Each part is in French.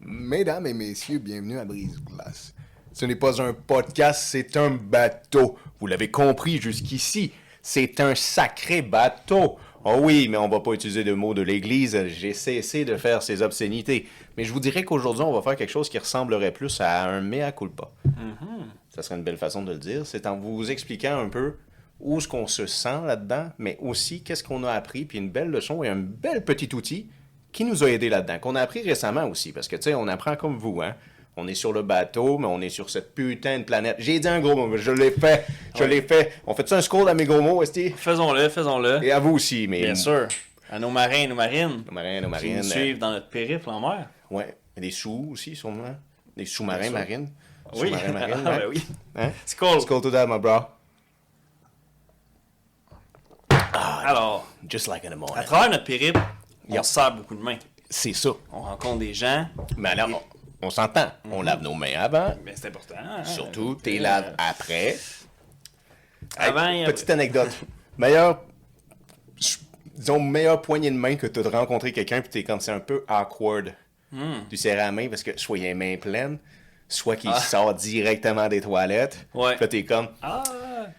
Mesdames et messieurs, bienvenue à Brise Glace. Ce n'est pas un podcast, c'est un bateau. Vous l'avez compris jusqu'ici. C'est un sacré bateau. Oh oui, mais on va pas utiliser de mots de l'Église. J'ai cessé de faire ces obscénités. Mais je vous dirais qu'aujourd'hui, on va faire quelque chose qui ressemblerait plus à un mea culpa. Ça serait une belle façon de le dire. C'est en vous expliquant un peu où ce qu'on se sent là-dedans, mais aussi qu'est-ce qu'on a appris, puis une belle leçon et un bel petit outil qui nous a aidé là-dedans, qu'on a appris récemment aussi, parce que tu sais, on apprend comme vous, hein. On est sur le bateau, mais on est sur cette putain de planète. J'ai dit un gros mot, mais je l'ai fait, je l'ai fait. On fait ça un score à mes gros mots, Esti? Faisons-le, faisons-le. Et à vous aussi, mais. Bien sûr. À nos marins et nos marines Nos marins, nos qui marines. hein. nous suivent dans notre périple en mer. euh, ouais. Des sous aussi, sûrement. Des sous-marins, Bien sûr. marines. Oui. Sous-marins, marines. Ah, ouais. ben oui. Hein? Skull. Let's go to that, my bro. Alors, Just like in the à morning. travers notre périple, Yep. on se serre beaucoup de mains. C'est ça. On rencontre des gens. Mais alors, on, on s'entend. On lave nos mains avant. Mais c'est important. hein? Euh, Surtout, t'es laves après. Avant, euh, Hey, il y avait- petite anecdote. Meilleur, disons, meilleure poignée de main que t'as de rencontrer quelqu'un, puis t'es comme c'est un peu awkward. Hmm. Tu serres la main parce que soit il a les mains pleines, soit qu'il sort directement des toilettes. Ah. Ouais. Puis là, t'es comme, Ah!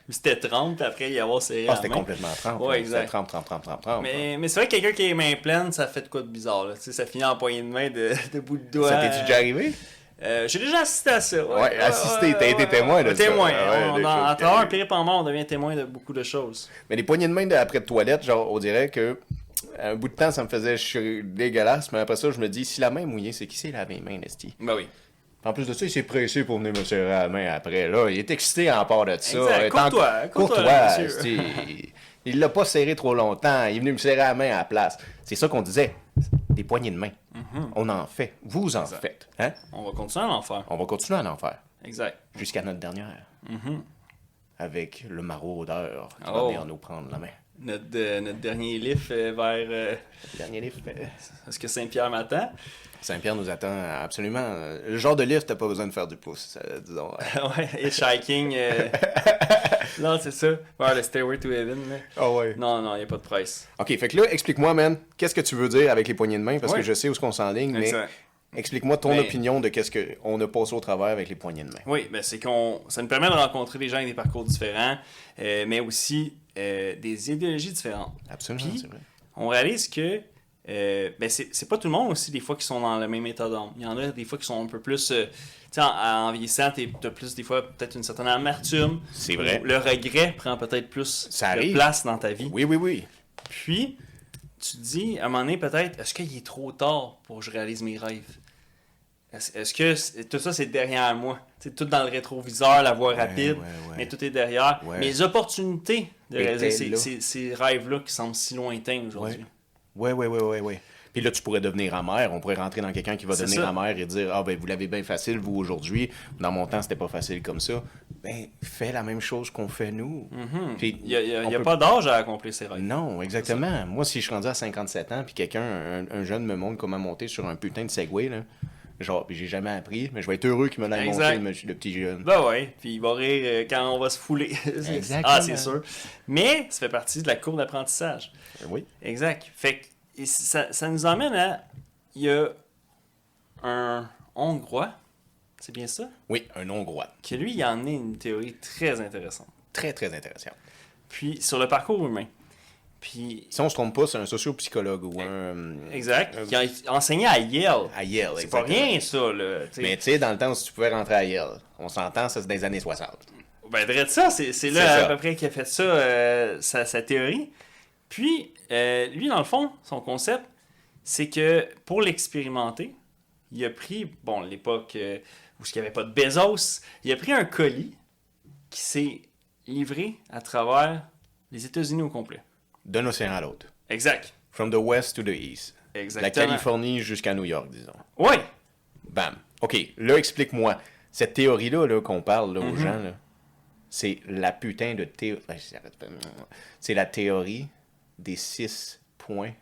Puis C'était 30, puis après, il y avoir serré. ah, la c'était main. complètement trempe. Ouais, exact. C'était trempe, trempe, trempe, trempe, trempe. Mais, mais c'est vrai que quelqu'un qui a les mains pleines, ça fait de quoi de bizarre. Là. Tu sais, Ça finit en poignée de main de, de bout de doigt. Ça t'est-tu déjà arrivé? Euh, J'ai déjà assisté à ça. Ouais, assisté, t'as été témoin de ça. Témoin. Ouais, On- des on- choses en qui travers un arrivent. périple en mort, on devient témoin de beaucoup de choses. Mais les poignées de main de- après de toilette, genre, on dirait que à un bout de temps, ça me faisait chier- dégueulasse, mais après ça, je me dis, si la main est mouillée, c'est qui s'est lavé les mains, Nestie? Ben oui. En plus de ça, il s'est pressé pour venir me serrer la main après. Là. Il est excité en part de ça. Exact. Il est Courtois, en- courtois, courtois, monsieur. c'est- il- Il l'a pas serré trop longtemps. Il est venu me serrer la main à la place. C'est ça qu'on disait. Des poignées de main. Mm-hmm. On en fait. Vous en faites. Hein? On va continuer à l'en faire. On va continuer à en faire. Exact. Jusqu'à notre dernière. Avec le maraudeur qui va Mm-hmm. Oh. venir nous prendre la main. Notre, euh, notre dernier lift euh, vers. euh, Le dernier livre. euh, Est-ce que Saint-Pierre m'attend? Saint-Pierre nous attend absolument. Euh, Le genre de livre, t'as pas besoin de faire du pouce, euh, disons. Euh, ouais, hitchhiking. euh, non, c'est ça. Vers le Stairway to Heaven. là. Ah ouais. Non, non, il n'y a pas de presse. OK, fait que là, explique-moi, man, qu'est-ce que tu veux dire avec les poignées de main? Parce Ouais. que je sais où ce qu'on s'enligne, mais Exact. explique-moi ton Mais- opinion de qu'est-ce qu'on a passé au travers avec les poignées de main. Oui, ben c'est qu'on. Ça nous permet de rencontrer des gens avec des parcours différents, euh, mais aussi euh, des idéologies différentes. Absolument, Puis- c'est vrai. on réalise que euh, ben c'est c'est pas tout le monde aussi des fois qui sont dans le même état d'âme. Il y en a des fois qui sont un peu plus. euh, tu sais, en, en vieillissant, t'es- t'as plus des fois peut-être une certaine amertume. C'est vrai. Le regret prend peut-être plus Ça de arrive. place dans ta vie. Oui, oui, oui. Puis, tu te dis, à un moment donné, peut-être, est-ce qu'il est trop tard pour que je réalise mes rêves? Est-ce est-ce que c'est- tout ça, c'est derrière moi? C'est tout dans le rétroviseur, la voie rapide, ouais, ouais. mais tout est derrière. Ouais. Mes opportunités de Étaient réaliser ces, là. ces- ces rêves-là qui semblent si lointains aujourd'hui. Ouais. Oui, oui, oui, oui, oui. Puis là, tu pourrais devenir amer. On pourrait rentrer dans quelqu'un qui va C'est devenir ça. amer et dire Ah, ben, vous l'avez bien facile, vous, aujourd'hui. Dans mon temps, c'était pas facile comme ça. Ben, fais la même chose qu'on fait nous. Puis, Mm-hmm. Hmm. Il n'y a, y a- on y a peut Hmm. pas d'âge à accomplir ces rêves. Euh, Non, exactement. Moi, si je suis rendu à 57 ans, puis quelqu'un, un, un jeune me montre comment monter sur un putain de Segway, là, genre, puis j'ai jamais appris, mais je vais être heureux qu'il me l'aille Exact. monter, le, monsieur- le petit jeune. Ben ouais, puis il va rire euh, quand on va se fouler. C'est- Exactement. ah, c'est sûr. Mais ça fait partie de la cour d'apprentissage. Euh, Oui. Exact. Fait que et ça, ça nous emmène à. Il y a un Hongrois, c'est bien ça, Oui, un Hongrois. qui lui, il en est une théorie très intéressante. Très, très intéressant. Puis sur le parcours humain. Puis. Si on se trompe pas, c'est un sociopsychologue ou un. euh, Exact. Il a enseigné à Yale. À Yale, C'est pas Ah, exactement. rien, ça, là. tu sais. Mais tu sais, dans le temps où tu pouvais rentrer à Yale, on s'entend, ça c'est des années 60. Ben, de ça, c'est c'est C'est là ça. à peu près qu'il a fait ça, euh, sa, sa théorie. Puis, euh, lui, dans le fond, son concept, c'est que pour l'expérimenter, il a pris, bon, l'époque euh, où il n'y avait pas de Bezos, il a pris un colis qui s'est livré à travers les États-Unis au complet. D'un océan à l'autre. Exact. From the west to the east. Eh, Exactement. La Californie jusqu'à New York, disons. Oui. Bam. OK, là, explique-moi. Cette théorie-là là, qu'on parle là, aux Mhm. gens, là, c'est la putain de ben, théorie. C'est la théorie des six points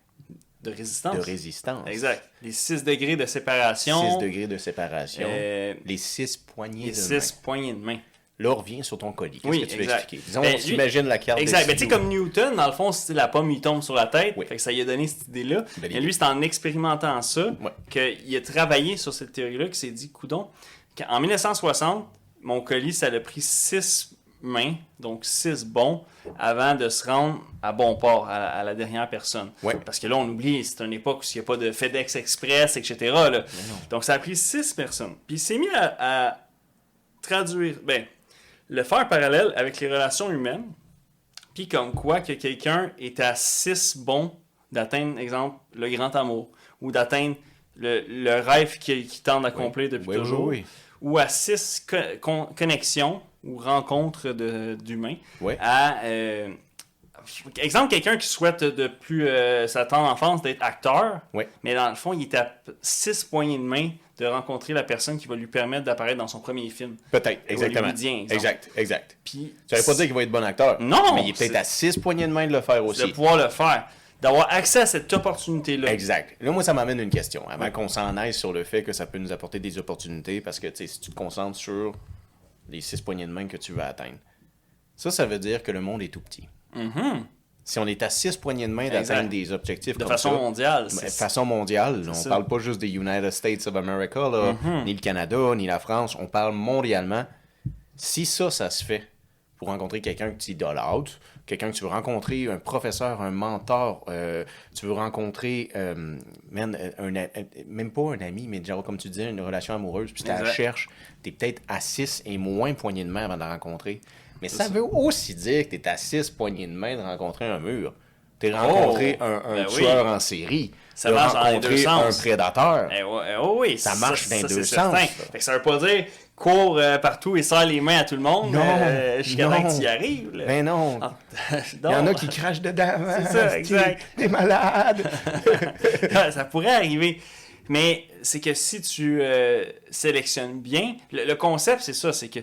De résistance. de résistance. Exact. Les 6 degrés de séparation. Six degrés de séparation. Euh, Les six poignées les de 6 poignées de main. main. là, revient sur ton colis. Qu'est-ce Oui, que tu veux exact. expliquer? Disons, Ben, on lui- s'imagine la carte Exact. de Ben, tu sais, Silo. comme Newton, dans le fond, c'est la pomme, il tombe sur la tête. Oui. Fait que ça lui a donné cette idée-là. Belle Mais idée. lui, c'est en expérimentant ça Ouais. qu'il a travaillé sur cette théorie-là, qu'il s'est dit, coudon, en 1960, mon colis, ça l'a pris six mains, donc six bons, avant de se rendre à bon port, à, à la dernière personne. Ouais. Parce que là, on oublie, c'est une époque où il n'y a pas de FedEx Express, etc. là. Donc, ça a pris six personnes. Puis, il s'est mis à- à traduire, ben, le faire parallèle avec les relations humaines, puis comme quoi que quelqu'un est à 6 bons d'atteindre, exemple, le grand amour, ou d'atteindre le, le rêve qu'il qu'il tente d'accomplir depuis Oui, oui, toujours, oui. ou à 6 connexions ou rencontres de- d'humains, Ouais. à... euh, Exemple, quelqu'un qui souhaite depuis euh, sa tendre enfance d'être acteur, Ouais. mais dans le fond, il est à 6 poignées de main de rencontrer la personne qui va lui permettre d'apparaître dans son premier film. Peut-être, exactement. hollywoodien, exemple. exact, exact. Puis, Ça veut pas dire qu'il va être bon acteur. Non, Mais il est peut-être c'est- à six poignées de main de le faire de aussi. pouvoir le faire, d'avoir accès à cette opportunité-là. Exact. Là, moi, ça m'amène une question. Avant qu'on s'en aille sur le fait que ça peut nous apporter des opportunités, parce que tu sais, si tu te concentres sur les six poignées de main que tu veux atteindre, ça, ça veut dire que le monde est tout petit. Si on est à six poignées de main d'atteindre Mm-hmm. Exact. des objectifs De comme façon ça, mondiale. ben, c'est- de façon mondiale, on ça. Mm-hmm. parle pas juste des United States of America, là, ni le Canada, ni la France, on parle mondialement. Si ça, ça se fait pour rencontrer quelqu'un que tu idolâtres, quelqu'un que tu veux rencontrer, un professeur, un mentor, euh, tu veux rencontrer, euh, man, euh, un a- euh, même pas un ami, mais genre, comme tu disais, une relation amoureuse, puis tu la Exact. cherches, tu es peut-être à 6 et moins poignée de main avant de la rencontrer. Mais ça, veut aussi dire que tu es à 6 poignées de main de rencontrer un mur. Tu es rencontré un, un Oh! ben oui. tueur en série, Ça de marche dans les deux rencontrer sens. un prédateur. Eh ouais, eh oh oui, Ça marche dans les c'est deux certain. sens, ça. Fait que ça veut pas dire cours euh, partout et serre les mains à tout le monde Non, euh, jusqu'à temps non. que tu y arrives. là. Ben non. Ah, Il y en non. a qui crachent dedans. hein, C'est ça, hostie, exact. Des malades. ça pourrait arriver. Mais c'est que si tu euh, sélectionnes bien, le, le concept, c'est ça, c'est que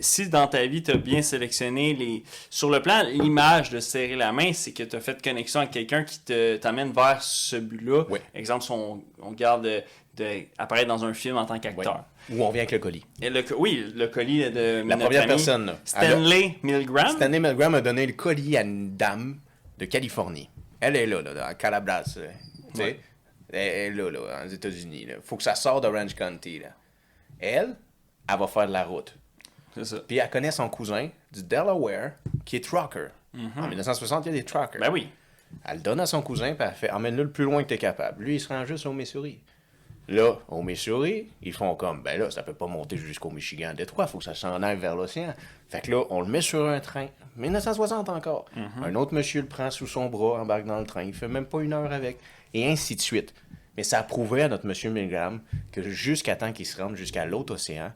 si dans ta vie, tu as bien sélectionné les. Sur le plan, l'image de serrer la main, c'est que tu as fait connexion avec quelqu'un qui te- t'amène vers ce but-là. Ouais. Exemple, si on, on garde de- de apparaître dans un film en tant qu'acteur. Où on vient avec le colis. Et le co- oui, le colis de La notre première ami personne, là. Stanley Milgram. Stanley Milgram a donné le colis à une dame de Californie. Elle est là, là, à Calabas. là. Tu sais, Ouais. Elle est là, là, aux États-Unis. Il faut que ça sorte d'Orange County. Là. Elle, elle va faire de la route. C'est ça. Puis elle connaît son cousin du Delaware qui est trucker. En 1960, il y a des truckers. Mm-hmm. Ben oui. Elle le donne à son cousin, puis elle fait Emmène-le le plus loin que t'es capable. Lui, il se rend juste au Missouri. Là, au Missouri, ils font comme Ben là, ça peut pas monter jusqu'au Michigan à Détroit, faut que ça s'en aille vers l'océan. Fait que là, on le met sur un train, 1960 encore. Mm-hmm. Un autre monsieur le prend sous son bras, embarque dans le train, il fait même pas une heure avec, et ainsi de suite. Mais ça a prouvé à notre monsieur Milgram que jusqu'à temps qu'il se rende jusqu'à l'autre océan,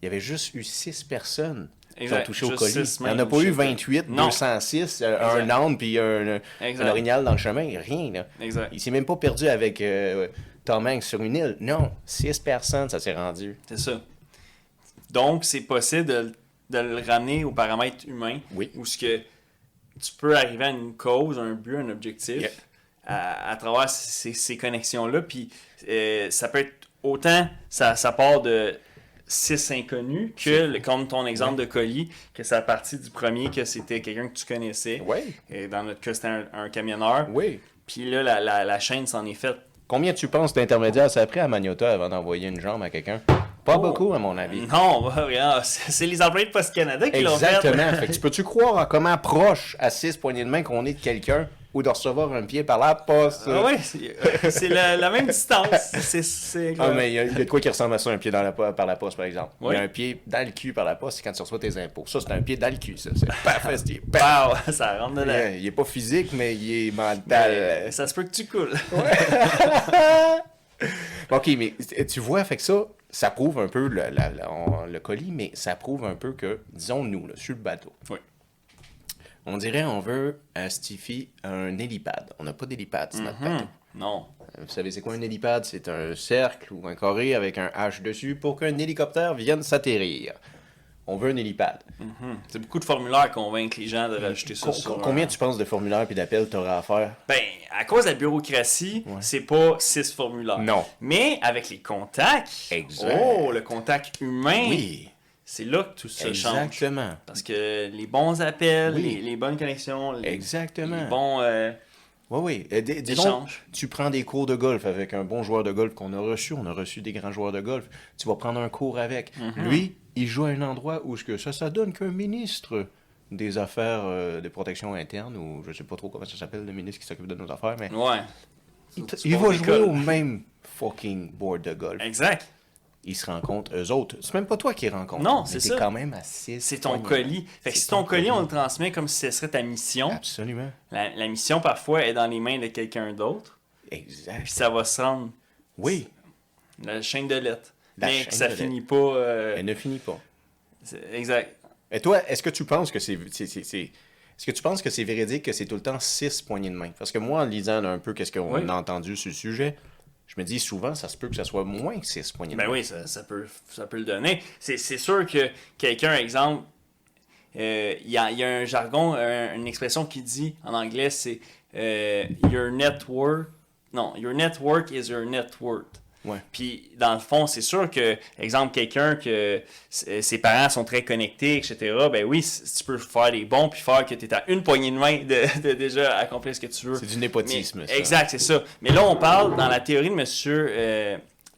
il y avait juste eu six personnes qui ont Exact, touché au juste colis. six Il n'y en a même, pas eu je sais pas. 28, Non. 206, euh, un Exact. âne, puis un, un Exact. orignal dans le chemin, rien. Là. Exact. Il s'est même pas perdu avec euh, Tom Hanks sur une île. Non, six personnes, ça s'est rendu. C'est ça. Donc, c'est possible de, de le ramener au paramètre humain. Oui. Où ce que tu peux arriver à une cause, un but, un objectif Yeah. à, à travers ces, ces connexions-là. Puis euh, ça peut être autant, ça, ça part de six inconnus que, le- comme ton exemple de colis, que ça a parti du premier que c'était quelqu'un que tu connaissais. Oui. Et dans notre cas, c'était un, un camionneur. Oui. Puis là, la, la, la chaîne s'en est faite. Combien tu penses d'intermédiaires ça a pris à Magnota avant d'envoyer une jambe à quelqu'un? Pas beaucoup, à mon avis. Non, bah, regarde, c'est c'est les employés de Poste Canada qui l'ont fait. Exactement. fait que tu peux-tu croire à comment proche à six poignées de main qu'on est de quelqu'un ou de recevoir un pied par la poste? Ah ouais, c'est euh, c'est la, la même distance. C'est- C'est Ah, mais il y, a- il y a de quoi qui ressemble à ça, un pied dans la, po- par la poste, par exemple. Il Oui. y a un pied dans le cul par la poste, c'est quand tu reçois tes impôts. Ça, c'est un pied dans le cul, ça. C'est parfait, ce pied. Paf! Wow, ça rentre de la... Euh, Il est pas physique, mais il est mental. Mais Ça se peut que tu coules. Euh, OK, mais t- tu vois, fait que ça, ça prouve un peu le, la- la- on- le colis, mais ça prouve un peu que, disons nous, là, sur le bateau, Oui. on dirait on veut un stifi, un hélipad. On n'a pas d'hélipad sur Mm-hmm. notre bateau. Non. Vous savez, c'est quoi un hélipad? C'est un cercle ou un carré avec un H dessus pour qu'un hélicoptère vienne s'atterrir. On veut un hélipad. Mhm. C'est beaucoup de formulaires à convaincre les gens de rajouter ça Mm. Co- sur un- combien tu penses de formulaires puis d'appels tu auras à faire? Ben, à cause de la bureaucratie, c'est pas six formulaires. Non. Mais avec les contacts... Exact. Oh, le contact humain. C'est là que tout ça change. Exactement. Parce que les bons appels, Oui. les, les bonnes connexions, les, les Exactement. bons euh, Oui, oui. Euh, dis- disons, échanges. tu prends des cours de golf avec un bon joueur de golf qu'on a reçu. On a reçu des grands joueurs de golf. Tu vas prendre un cours avec. Mm-hmm. Lui, il joue à un endroit où ce que ça, ça donne qu'un ministre des affaires euh, de protection interne, ou je sais pas trop comment ça s'appelle, le ministre qui s'occupe de nos affaires, mais Ouais, il, Tu il pars va d'école. jouer au même fucking board de golf. exact. Ils se rencontrent, eux autres. C'est même pas toi qui les rencontres. Non, mais c'est t'es ça. quand même assis. C'est ton colis. Fait que si ton colis, on le transmet comme si ce serait ta mission, Ah. Absolument. la, la mission parfois est dans les mains de quelqu'un d'autre, puis Exact. ça va se rendre Oui, la chaîne de lettres. La mais chaîne que ça de finit pas. euh, elle ne finit pas. c'est- exact. Et toi, est-ce que tu penses que c'est. c'est- c'est- c'est- Est-ce que tu penses que c'est véridique que c'est tout le temps six poignées de main? Parce que moi, en lisant un peu qu'est-ce qu'on Oui. a entendu sur le sujet, je me dis souvent, ça se peut que ça soit moins que six poignées de Ben main. oui, ça, ça peut, ça peut le donner. C'est c'est sûr que quelqu'un, exemple, euh, il y, a, il y a un jargon, un- une expression qui dit en anglais, c'est euh, Your network. Non, your network is your net worth. Ouais. Puis, dans le fond, c'est sûr que, exemple, quelqu'un que s- euh, ses parents sont très connectés, etc., ben oui, c- tu peux faire des bons, puis faire que tu es à une poignée de main de, de déjà accomplir ce que tu veux. C'est du népotisme, Mais- ça. Exact, c'est ça. Mais là, on parle dans la théorie de M. Euh,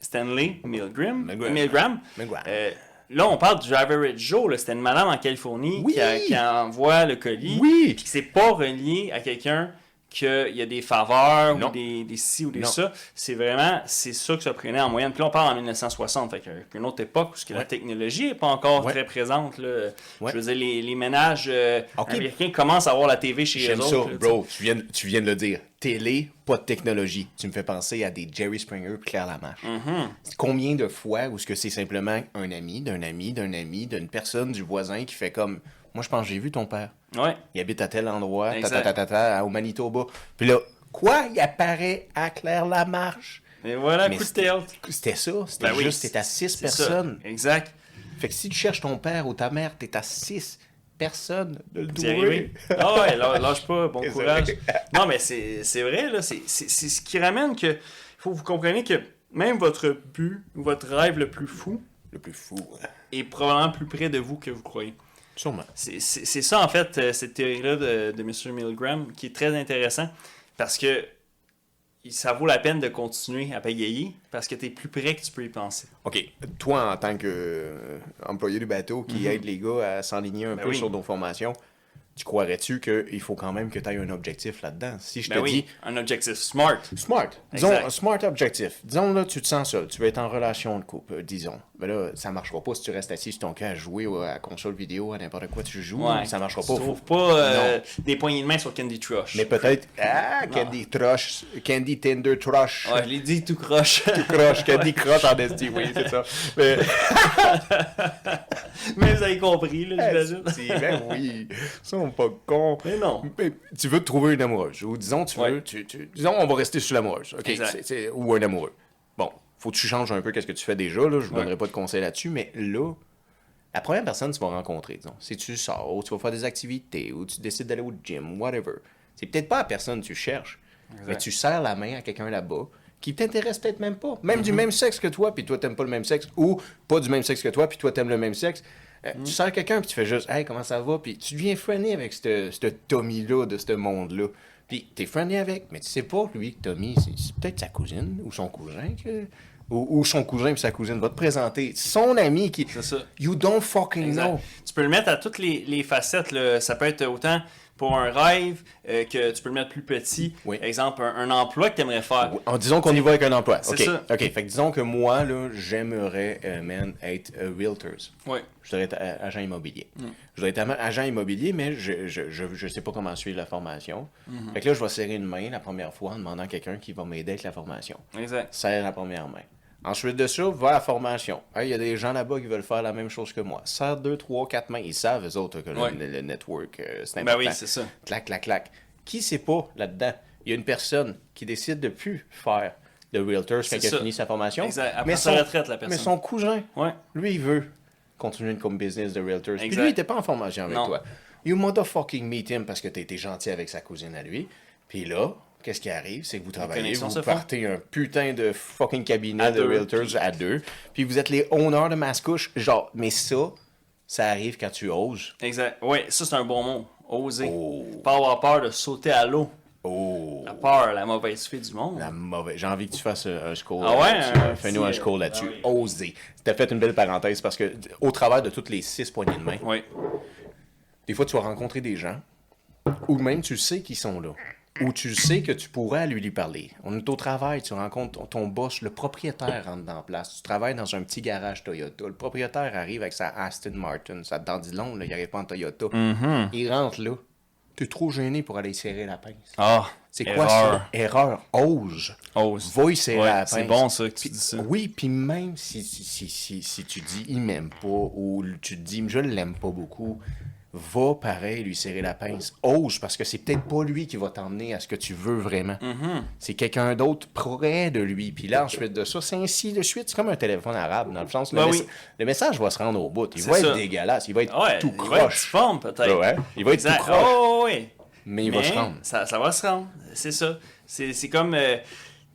Stanley Milgram. Milgram. Milgram. Milgram. Euh, là, on parle du Average Joe. là. C'était une madame en Californie Oui. qui, a- qui envoie le colis. Oui. Puis que c'est pas relié à quelqu'un qu'il y a des faveurs Non. ou des, des ci ou des Non. ça. C'est vraiment, c'est ça que ça prenait en moyenne. Puis là, on parle en 1960, fait que- une autre époque où ce que la Ouais. technologie n'est pas encore Ouais. très présente. là. Ouais. Je veux dire, les, les ménages euh, Ok. américains commencent à avoir la TV chez J'aime eux ça, autres. là, bro. Tu viens, tu viens de le dire. Télé, pas de technologie. Tu me fais penser à des Jerry Springer puis Claire Lamarche. Mm-hmm. Combien de fois où ce que c'est simplement un ami, d'un ami, d'un ami, d'une personne, du voisin qui fait comme Moi, je pense que j'ai vu ton père. t'sais. Ouais. Il habite à tel endroit, ta, Exact. ta, ta, ta, ta, au Manitoba. Puis là, quoi? Il apparaît à Claire-Lamarche. Et voilà, Mais coup de c'était- théâtre. C'était ça. C'était Ben oui, juste, t'es à six C'est ça. personnes. Exact. Fait que si tu cherches ton père ou ta mère, t'es à six personnes de le T'y arrivé. trouver. Ah ouais, lâ- lâche pas, bon Désolé. courage. Non, mais c'est c'est vrai, là. C'est c'est- c'est ce qui ramène que. faut que vous compreniez que même votre but ou votre rêve le plus fou Le plus fou. hein. est probablement plus près de vous que vous croyez. Sûrement. C'est c'est- c'est ça, en fait, euh, cette théorie-là de, de M. Milgram qui est très intéressant parce que ça vaut la peine de continuer à pagayer parce que tu es plus près que tu peux y penser. OK. Toi, en tant que euh, employé du bateau qui aide les gars à s'enligner un Mhm. Ben peu oui. sur nos formations, tu crois-tu qu'il faut quand même que tu aies un objectif là-dedans? Si je Ben te dis, oui, un objectif smart. Smart. Disons, Exact. un smart objectif. Disons, là, tu te sens seul. Tu vas être en relation de couple, euh, disons. Mais là, ça marchera pas si tu restes assis sur ton cul à jouer ou à console vidéo, à n'importe quoi tu joues. Ouais. Ça marchera pas. Tu trouves pas euh, des poignées de main sur Candy Crush. Mais peut-être. Ah, Candy Crush. Candy Tinder Crush. Ouais, je l'ai dit tout croche. Crush. Candy Crush en esti. Oui, c'est ça. Mais. Mais vous avez compris, là, j'imagine. esti, ben oui. Ils sont pas cons. Mais non. Mais tu veux trouver une amoureuse. Ou disons, tu Ouais. veux. tu- tu- disons, on va rester sur l'amoureuse. ok? Exact. C'est- c'est- ou un amoureux. Bon, faut que tu changes un peu qu'est-ce que tu fais déjà. Là. Je vous Ouais. donnerai pas de conseils là-dessus. Mais là, la première personne que tu vas rencontrer, disons, si tu sors, ou tu vas faire des activités, ou tu décides d'aller au gym, whatever, c'est peut-être pas la personne que tu cherches. Mais tu serres la main à quelqu'un là-bas qui t'intéresse peut-être même pas. Même Mm-hmm. du même sexe que toi, puis toi, t'aimes pas le même sexe. Ou pas du même sexe que toi, puis toi, t'aimes le même sexe. Euh, Mm-hmm. Tu sers quelqu'un, puis tu fais juste « Hey, comment ça va? » Puis tu deviens friendly avec ce ce Tommy-là de ce monde-là. Puis t'es friendly avec, mais tu sais pas, lui, Tommy, c'est c'est peut-être sa cousine ou son cousin que... Ou, ou son cousin puis sa cousine va te présenter son ami qui... C'est ça. You don't fucking Exact. know. Tu peux le mettre à toutes les, les facettes. là. Ça peut être autant pour un rêve euh, que tu peux le mettre plus petit. Oui. Exemple, un, un emploi que tu aimerais faire. Ouais, En disant qu'on y va avec un emploi. C'est OK. ça. OK. Fait que disons que moi, là, j'aimerais, euh, man, être euh, realtors. Ouais. Je voudrais être euh, agent immobilier. Mm. Je voudrais être ama- agent immobilier, mais je je, je, je sais pas comment suivre la formation. Mm-hmm. Fait que là, je vais serrer une main la première fois en demandant à quelqu'un qui va m'aider avec la formation. Exact. Serre la première main. Ensuite de ça, va à la formation. Hey, Il y a des gens là-bas qui veulent faire la même chose que moi. Serre deux, trois, quatre mains. Ils savent, eux autres, que le- Ouais. le, le network, euh, c'est Ben important. oui, c'est ça. Clac, clac, clac. Qui sait pas là-dedans? Il y a une personne qui décide de plus faire de realtor quand C'est elle ça. a fini sa formation. Exact. Après sa retraite, la personne. Mais son cousin, Ouais. lui, il veut continuer comme business de realtor. Puis Exact. lui, il n'était pas en formation avec Non. toi. You motherfucking meet him parce que tu été gentil avec sa cousine à lui. Puis là, qu'est-ce qui arrive? C'est que vous travaillez, connexions vous se font. partez un putain de fucking cabinet À de deux, realtors à deux. Puis vous êtes les honneurs de masse-couche. Genre, mais ça, ça arrive quand tu oses. Exact. Oui, ça, c'est un bon mot. Oser. Oh. Pas avoir peur de sauter à l'eau. Oh. La peur, la mauvaise fée du monde. La mauvaise. J'ai envie que tu fasses euh, un, un score. Ah ouais, là-dessus. un Fais-nous petit, un score euh, là-dessus. ah oui. Oser. T'as fait une belle parenthèse parce que d- au travers de toutes les six poignées de main, Oui. des fois tu vas rencontrer des gens ou même tu sais qu'ils sont là. Ou tu sais que tu pourrais lui, lui parler. On est au travail, tu rencontres ton, ton boss, le propriétaire rentre dans la place. Tu travailles dans un petit garage Toyota. Le propriétaire arrive avec sa Aston Martin, sa dandilon, là, il arrive pas en Toyota. Mm-hmm. Il rentre là. T'es trop gêné pour aller y serrer la pince. Ah. C'est quoi ça? Erreur. Ose. Ose. Va y serrer Ouais, la pince. c'est bon, ça, que tu Puis- dis ça. Oui, puis même si, si, si, si, si tu dis il m'aime pas ou tu dis je l'aime pas beaucoup, va pareil lui serrer la pince. Ose, parce que c'est peut-être pas lui qui va t'emmener à ce que tu veux vraiment. Mm-hmm. C'est quelqu'un d'autre près de lui. Puis là, ensuite de ça, c'est ainsi de suite. C'est comme un téléphone arabe, dans le sens. Le, Ben mess- oui. le message va se rendre au bout. Il C'est va être ça. dégueulasse. Il va être Ouais, tout il va être croche. difforme, peut-être. Ouais, il va être Exact. tout croche. Oh, oui. Mais il va se rendre. Ça, ça va se rendre. C'est ça. C'est c'est comme. euh,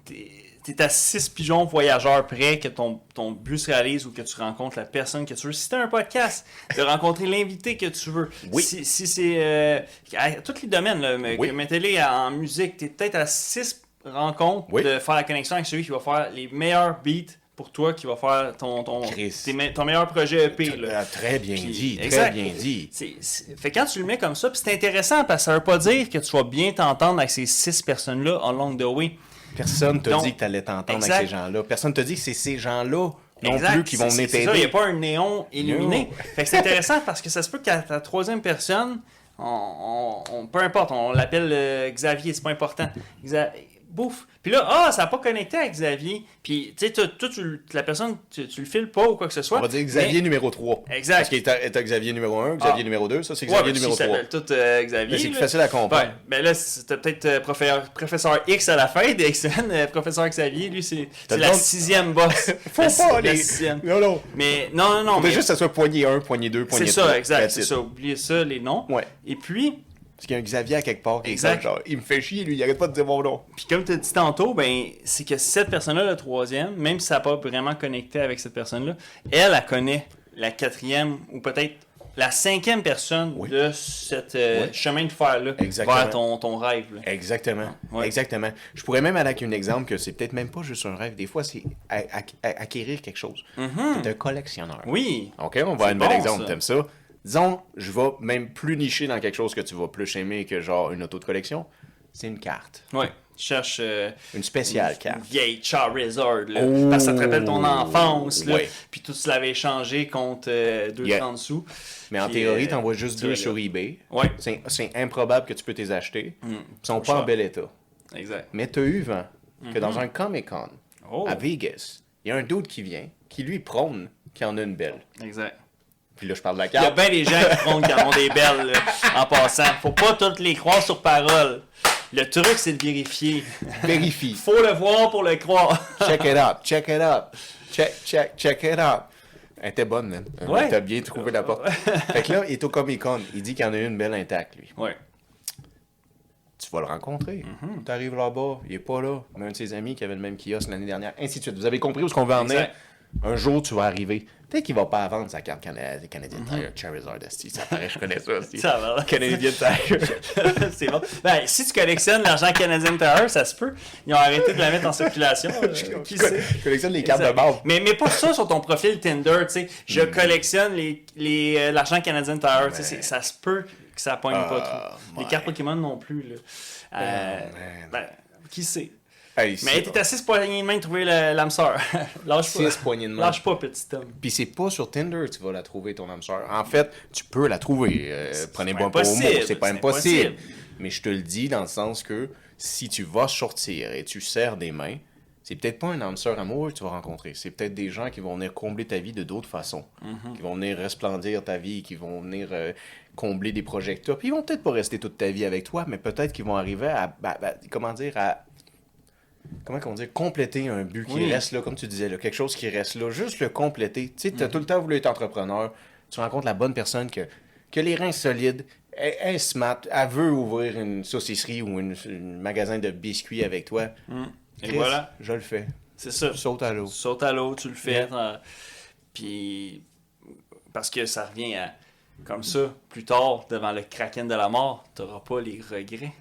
t'es t'es à six pigeons voyageurs près que ton, ton but se réalise ou que tu rencontres la personne que tu veux. Si t'as un podcast, de rencontrer l'invité que tu veux. Oui. Si, si c'est. euh, à tous les domaines, là, mais Oui. que mettez-les à- en musique, t'es peut-être à six rencontres Oui. de faire la connexion avec celui qui va faire les meilleurs beats pour toi, qui va faire ton, ton, Chris. tes me- ton meilleur projet EP. là. Ah, très bien Puis- dit, très Exact. bien dit. C'est- c'est- Fait que quand tu le mets comme ça, puis c'est intéressant parce que ça veut pas dire que tu vas bien t'entendre avec ces six personnes-là along the way. Personne t'a Donc, dit que t'allais t'entendre avec exact. ces gens-là. Personne t'a dit que c'est ces gens-là non Exact. plus qui vont C'est- venir C'est ça, il n'y a t'aider. pas un néon illuminé. Non. Fait que c'est intéressant parce que ça se peut qu'à ta troisième personne, on, on- on- peu importe, on l'appelle euh, Xavier, c'est pas important. Xa- Bouf. Puis là, ah, ça n'a pas connecté à Xavier. Puis, tu sais, toi, toi, tu le- la personne, tu, tu le files pas ou quoi que ce soit. On va dire Xavier Mais- numéro 3. Exact. Parce qu'il est à- est à Xavier numéro 1, Xavier Ah. numéro 2, ça c'est Ouais, Xavier mais numéro s'ils 3. s'appellent tous euh, Xavier. Mais Ben, c'est plus là, facile à comprendre. Ouais, ben là, c'était peut-être euh, professeur, professeur X à la fin des X-Men. euh, professeur Xavier, lui, c'est T'as c'est le la nom de- sixième boss. Faut la, pas la aller. sixième. Non, non. Mais non, non, non. On veut mais juste que ça soit poignée 1, poignée 2, c'est poignée 3. ça, exact. C'est ça, oubliez ça, les noms. Ouais. Et puis, Parce qu'il y a un Xavier à quelque part qui est Exact. comme genre, il me fait chier, lui, il arrête pas de dire mon nom. puis comme tu as dit tantôt, ben, c'est que cette personne-là, la troisième, même si ça n'a pas vraiment connecté avec cette personne-là, elle, elle connaît la quatrième ou peut-être la cinquième personne Oui. de ce Oui. chemin de fer-là Exactement. vers ton, ton rêve. là. Exactement. Ah, Ouais. Exactement. Je pourrais même aller avec un exemple que c'est peut-être même pas juste un rêve. Des fois, c'est a- a- a- acquérir quelque chose. Mm-hmm. T'es un collectionneur. Oui. OK, on va à C'est un bel bon, exemple, ça. t'aimes ça? Disons, je vais même plus nicher dans quelque chose que tu vas plus aimer que genre une auto de collection. C'est une carte. Ouais, tu cherches euh, Une une, spéciale une carte. vieille Charizard, là, Oh. parce que ça te rappelle ton enfance, là, Ouais. puis tout tu l'avais échangé contre euh, 2,30 Yeah. sous. Mais en Puis, théorie, euh, t'envoies juste tu deux les sur gars. eBay. Ouais. Mm. C'est- C'est improbable que tu peux les acheter. Ils sont pas en cher. bel état. Exact. Mais t'as eu vent que dans un Comic-Con Mm-hmm. Oh. à Vegas, il y a un doute qui vient, qui lui prône qu'il en a une belle. Exact. Puis là, je parle de la Il y a carte. bien des gens qui font qui en ont des belles là, en passant. Faut pas toutes les croire sur parole. Le truc, c'est de vérifier. Vérifie. Faut le voir pour le croire. check it up, check it up, check, check, check it up. Elle était bonne, man. Elle Ouais. T'as bien trouvé la porte. fait que là, il est au Comic Con. Il dit qu'il y en a une belle intacte, lui. ouais. Tu vas le rencontrer. Mm-hmm. T'arrives là-bas, il est pas là. Mais un de ses amis qui avait le même kiosque l'année dernière, ainsi de suite. Vous avez compris où ce qu'on veut en venir? Exact. Un jour, tu vas arriver. Peut-être qu'il va pas vendre sa carte Cana- Canadian Tire, Charizard, esti. Ça paraît, je connais ça, esti. Mm-hmm. Ça va. Canadian Tire. c'est bon. Ben, si tu collectionnes l'argent canadien de Tower, ça se peut. Ils ont arrêté de la mettre en circulation. euh, qui je sait? co- collectionne les cartes de Exact. base. Mais, mais pas ça sur ton profil Tinder, tu sais. Je collectionne les, les, euh, l'argent canadien Tower, tu sais. c'est- Ça se peut que ça pogne pas trop. my. Les cartes Pokémon non plus, là. Euh, ben, qui sait? Hey, Mais c'est- t'es à 6 poignées de main de trouver le- l'âme sœur. Lâche pas. Six poignées de main. Lâche pas, petit homme. Puis c'est pas sur Tinder que tu vas la trouver, ton âme sœur. En fait, tu peux la trouver. euh, prenez pas bon pour mot, impossible, c'est pas c'est impossible. impossible. Mais je te le dis dans le sens que si tu vas sortir et tu serres des mains, c'est peut-être pas un âme sœur amoureux que tu vas rencontrer. C'est peut-être des gens qui vont venir combler ta vie de d'autres façons, Mm-hmm. qui vont venir resplendir ta vie, qui vont venir euh, combler des projets que t'as. Puis ils vont peut-être pas rester toute ta vie avec toi, mais peut-être qu'ils vont arriver à, bah, bah, comment dire, à comment qu'on dit, compléter un but qui Oui. reste là, comme tu disais, là, quelque chose qui reste là, juste le compléter. Tu sais, Mhm. tu as tout le temps voulu être entrepreneur, tu rencontres la bonne personne que, que les reins solides, elle, elle se mate, elle veut ouvrir une saucisserie ou une- un magasin de biscuits avec toi. Mhm. Et Chris, voilà, Je le fais. c'est ça. Saute à l'eau. Tu sautes à l'eau, tu le fais. Yeah. t'en- Puis. Parce que ça revient à. Comme ça, plus tard, devant le kraken de la mort, t'auras pas les regrets.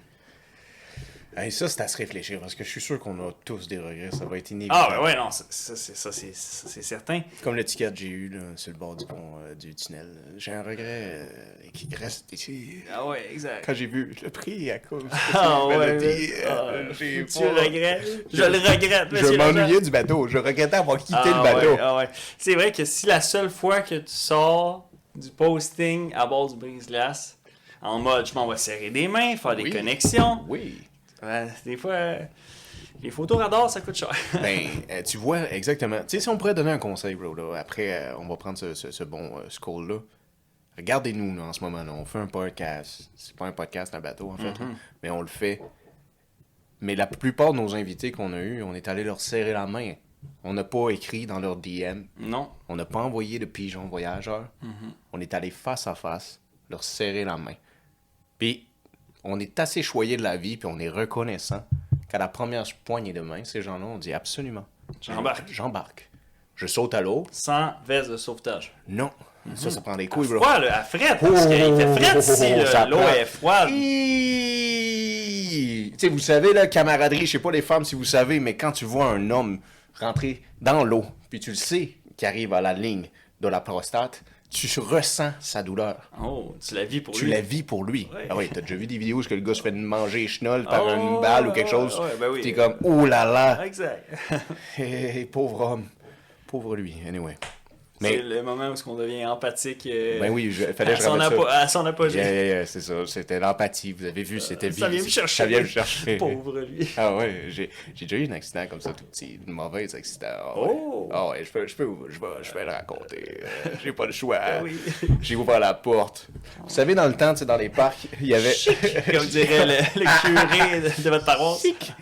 Hey, ça, c'est à se réfléchir, parce que je suis sûr qu'on a tous des regrets, ça va être inévitable. Ah, ben ouais, non, ça, ça, c'est- ça, c'est ça, c'est certain. Comme le ticket que j'ai eu là, sur le bord du pont euh, du tunnel. J'ai un regret euh, qui reste ici. Ah, ouais, exact. Quand j'ai vu le prix à cause de Ah, cette ouais. maladie, mais- ah, euh, j'ai tu pas- le regrettes. Je le regrette, Je monsieur Lajean. m'ennuyais du bateau. Je regrettais avoir quitté Ah le bateau. ouais, ah ouais. C'est vrai que si la seule fois que tu sors du posting à bord du brise-glace, en mode je m'en vais serrer des mains, faire des Oui. connexions, Oui. ben, des fois, euh, les photos radars, ça coûte cher. Ben, euh, tu vois, exactement. Tu sais, si on pourrait donner un conseil, bro, là, après, euh, on va prendre ce, ce- ce bon euh, scroll-là. Regardez-nous, là, en ce moment, là. On fait un podcast. C'est pas un podcast, un bateau, en fait, Mm-hmm. là, mais on le fait. Mais la plupart de nos invités qu'on a eus, on est allé leur serrer la main. On n'a pas écrit dans leur DM. non. On n'a pas envoyé de pigeon voyageur. Mm-hmm. On est allé face à face, leur serrer la main. Puis, on est assez choyé de la vie, puis on est reconnaissant qu'à la première poignée de main, ces gens-là ont dit absolument. J'embarque. J'embarque. Je saute à l'eau. Sans veste de sauvetage. Non. Ça, ça prend des couilles, bro. Froid, là, Mm-hmm. à fret, parce qu'il fait fret ici, Oh, ça là. l'eau prend. est froide. Hi! Tu sais, vous savez, la camaraderie, je sais pas les femmes si vous savez, mais quand tu vois un homme rentrer dans l'eau, puis tu le sais, qui arrive à la ligne de la prostate, tu ressens sa douleur. Oh, tu la vis pour Tu lui. la vis pour lui. Ouais. Ah oui, t'as déjà vu des vidéos où est-ce que le gars se fait manger chenolle par Ah, une ouais, balle ou ouais, quelque chose. ouais, ouais, ben oui. T'es comme, oh là là, Ah, Exact. Hey, pauvre homme. Pauvre lui, anyway. C'est Mais, le moment où on devient empathique. euh, ben oui, je, fallait à que je son ramène ça. apo- à son apogée. Yeah, yeah, yeah, c'est ça, c'était l'empathie, vous avez vu, c'était Euh, Ça vient me vif. chercher. Ça vient me chercher. Pauvre lui. Ah ouais, j'ai j'ai déjà eu un accident comme ça tout petit, un mauvais accident. Ah ouais. Oh! Ah ouais, je peux, je peux, vous- je vais, je vais le raconter. Euh, J'ai pas le choix. Ah oui. J'ai ouvert la porte. Vous savez, dans le temps, tu sais, dans les parcs, il y avait. Comme dirait le, Ah. le curé de, de votre paroisse.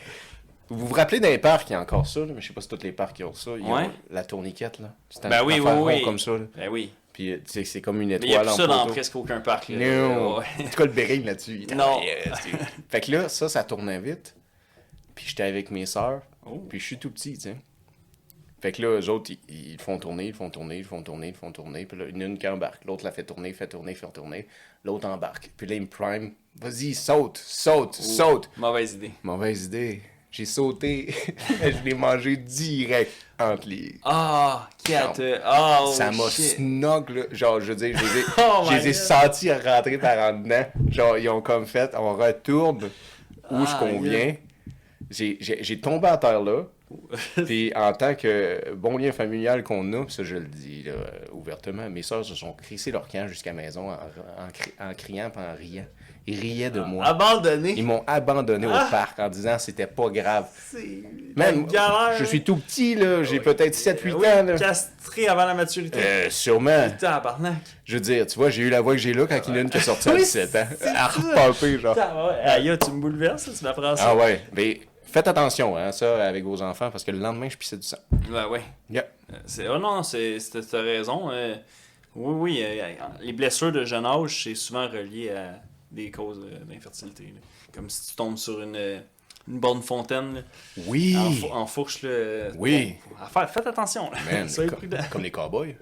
Vous vous rappelez d'un parc, il y a encore ça, là, mais je sais pas si tous les parcs qui ont ça. Ils Ouais. ont la tourniquette, là. C'est Ben oui, oui, oui. comme ça. là. Ben oui. Puis, euh, tu sais, c'est comme une Mais étoile il n'y a plus en ça dans poteau. presque aucun parc. là. Euh, Non. Ouais. En tout cas, le béring là-dessus. il était- Non. Yeah, c'était- fait que là, ça, ça tournait vite. Puis j'étais avec mes sœurs. Oh. Puis je suis tout petit, tu sais. Fait que là, eux autres, ils, ils font tourner, ils font tourner, ils font tourner, ils font tourner. Puis là, une, une qui embarque. L'autre la fait tourner, fait tourner, fait tourner. L'autre embarque. Puis là, il me prime. Vas-y, saute, Oh. saute, saute. Mauvaise idée. Mauvaise idée. J'ai sauté. je l'ai mangé direct entre les... Ah, Non. Kat. euh, Ah, oh, Ça m'a shit. snog, là. Genre, je veux dire, je les ai, Oh my je les ai God. sentis rentrer par en dedans. Genre, ils ont comme fait, on retourne où Ah, je conviens. J'ai- J'ai j'ai tombé à terre là. Puis en tant que bon lien familial qu'on a, ça je le dis là, ouvertement, mes soeurs se sont crissées leur camp jusqu'à maison en, en cri- en criant puis en riant. Ils riaient de moi. Ils Abandonné. m'ont abandonné Ah. au parc en disant que c'était pas grave. C'est Même, une galère. Ah Ben Eh je suis tout petit, là. J'ai peut-être 7-8 Oui, ans, là. Castré avant la maturité. Euh, sûrement. Tabarnak. Je veux dire, tu vois, j'ai eu la voix que j'ai là quand il y en a une qui est sortie à Oui, 17 ans. c'est À ça. repamper, genre. Tabarnak. Aïe, tu me bouleverses, tu m'apprends ça. Ah ouais, mais faites attention, hein, ça, avec vos enfants, parce que le lendemain, je pissais du sang. Ben ouais. Yeah. Euh, C'est, oh non, c'est, c'est- t'as raison. euh, oui, oui. euh, les blessures de jeune âge, c'est souvent relié à des causes euh, d'infertilité. là. Comme si tu tombes sur une, euh, une borne fontaine là, Oui! en, fou- en fourche. Là, Oui. Bon, à faire- faites attention. Là. Man, Soyez co- prudents. comme les cowboys.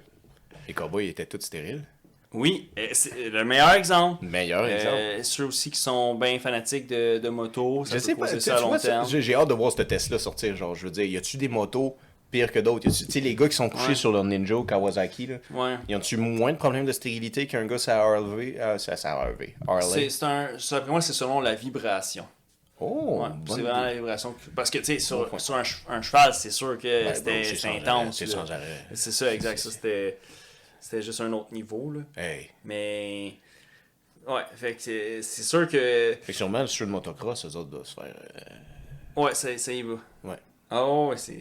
Les cowboys étaient tous stériles. Oui, euh, c'est le meilleur exemple. Meilleur exemple. Euh, ceux aussi qui sont bien fanatiques de, de moto, ça Je peut sais pas, causer tu- ça à tu long vois, ça- terme. j'ai j'ai hâte de voir ce test-là sortir. Genre, je veux dire, y a-tu des motos pires que d'autres? Y a-tu- Tu sais, les gars qui sont couchés Ouais. sur leur Ninja ou Kawasaki, là, Ouais. y ont-tu moins de problèmes de stérilité qu'un gars ça RLV? Euh, ça, ça RLV. C'est, RLA. c'est un, ça, pour moi, c'est selon la vibration. Oh! Ouais, bonne c'est idée. vraiment la vibration. que- Parce que, tu sais, sur, Ouais. sur un, che- un cheval, Bah, c'est sûr que Ben, c'était bro, c'est c'était sans arrêt, intense. c'est là. sans arrêt. C'est ça, exact. Ça, c'était c'était juste un autre niveau. Là. Hey! Mais. Ouais, fait que c'est c'est sûr que. Fait que sûrement, sur le motocross, eux autres doivent se faire. euh, Ouais, ça, ça y va. Ouais. Ah ouais, c'est.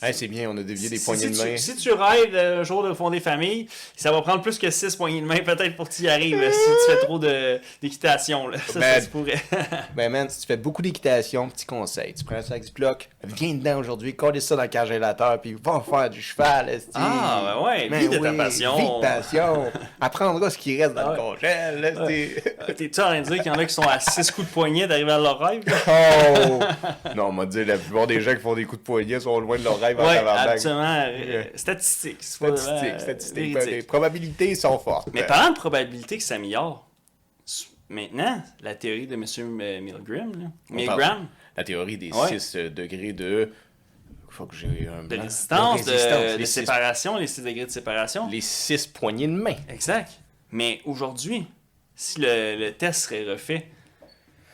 Hey, c'est bien, on a dévié des si- poignées si, de main. Tu, si tu rêves euh, un jour de fonder famille, ça va prendre plus que 6 poignées de main peut-être pour que tu y arrives là, si tu fais trop de- d'équitation. là. Ça, ça Ben, se pourrait. Ben, man, si tu fais beaucoup d'équitation, petit conseil. Tu prends un sac du bloc, viens dedans aujourd'hui, colle ça dans le congélateur, puis va en faire du cheval, esti. Ah, ben ouais, Ben vis de ta oui, passion. Vis de passion. Apprendra ce qui reste dans Ah le ouais. congèle, esti. T'es-tu en train de dire qu'il y en a qui sont à 6 coups de poignet d'arriver à leur rêve? là? Oh! Non, on m'a dit, la plupart des gens qui font des coups coups de poignet sont loin de leur rêve en Ouais, tabarnak. absolument. euh, Statistique. c'est pas Statistiques, vraiment, statistiques. véridique. Les probabilités sont fortes. Mais parlant de probabilité que ça améliore, s- maintenant, la théorie de M. M- Milgram, là, On Milgram La théorie des Ouais. 6 degrés de. Faut que j'ai un de blanc. résistance, de, résistance. de les, six, séparation, les six degrés de séparation. les six poignées de main. Exact. Mais aujourd'hui, si le, le test serait refait,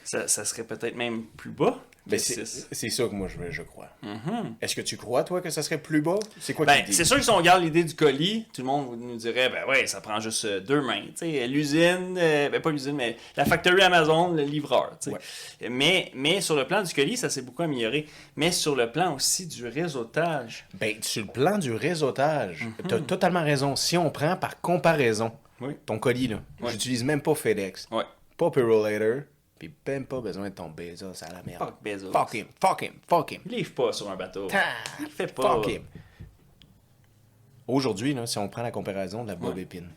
ça, ça serait peut-être même plus bas. Ben, que c'est six. c'est ça que moi je, je crois. Mhm. Est-ce que tu crois, toi, que ça serait plus bas C'est quoi Ben, qui dit c'est sûr que si on regarde l'idée du colis, tout le monde nous dirait, ben ouais, ça prend juste euh, deux mains. tu sais. L'usine, euh, ben pas l'usine, mais la factory Amazon, le livreur. tu sais. Mais, mais sur le plan du colis, ça s'est beaucoup amélioré. Mais sur le plan aussi du réseautage. Ben, sur le plan du réseautage, t'as totalement raison. Si on prend par comparaison Mm-hmm. Oui. ton colis, là, Ouais. j'utilise même pas FedEx, Ouais. pas Purolator, puis même pas besoin de ton Bezos à la merde. Fuck Bezos. Fuck him, fuck him, fuck him. Il livre pas sur un bateau. Ah, Il fait pas. Fuck him. Aujourd'hui, là, si on prend la comparaison de la Bob Épine,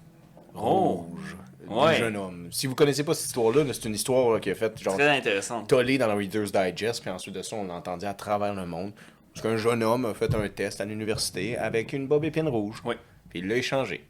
Oh. rouge, Ouais. du jeune homme. Si vous connaissez pas cette histoire-là, là, c'est une histoire là, qui a fait genre Très intéressant. tollé dans le Reader's Digest, puis ensuite de ça, on l'entendait à travers le monde. Parce qu'un jeune homme a fait un test à l'université avec une bob épine rouge. Oui. Puis il l'a échangé.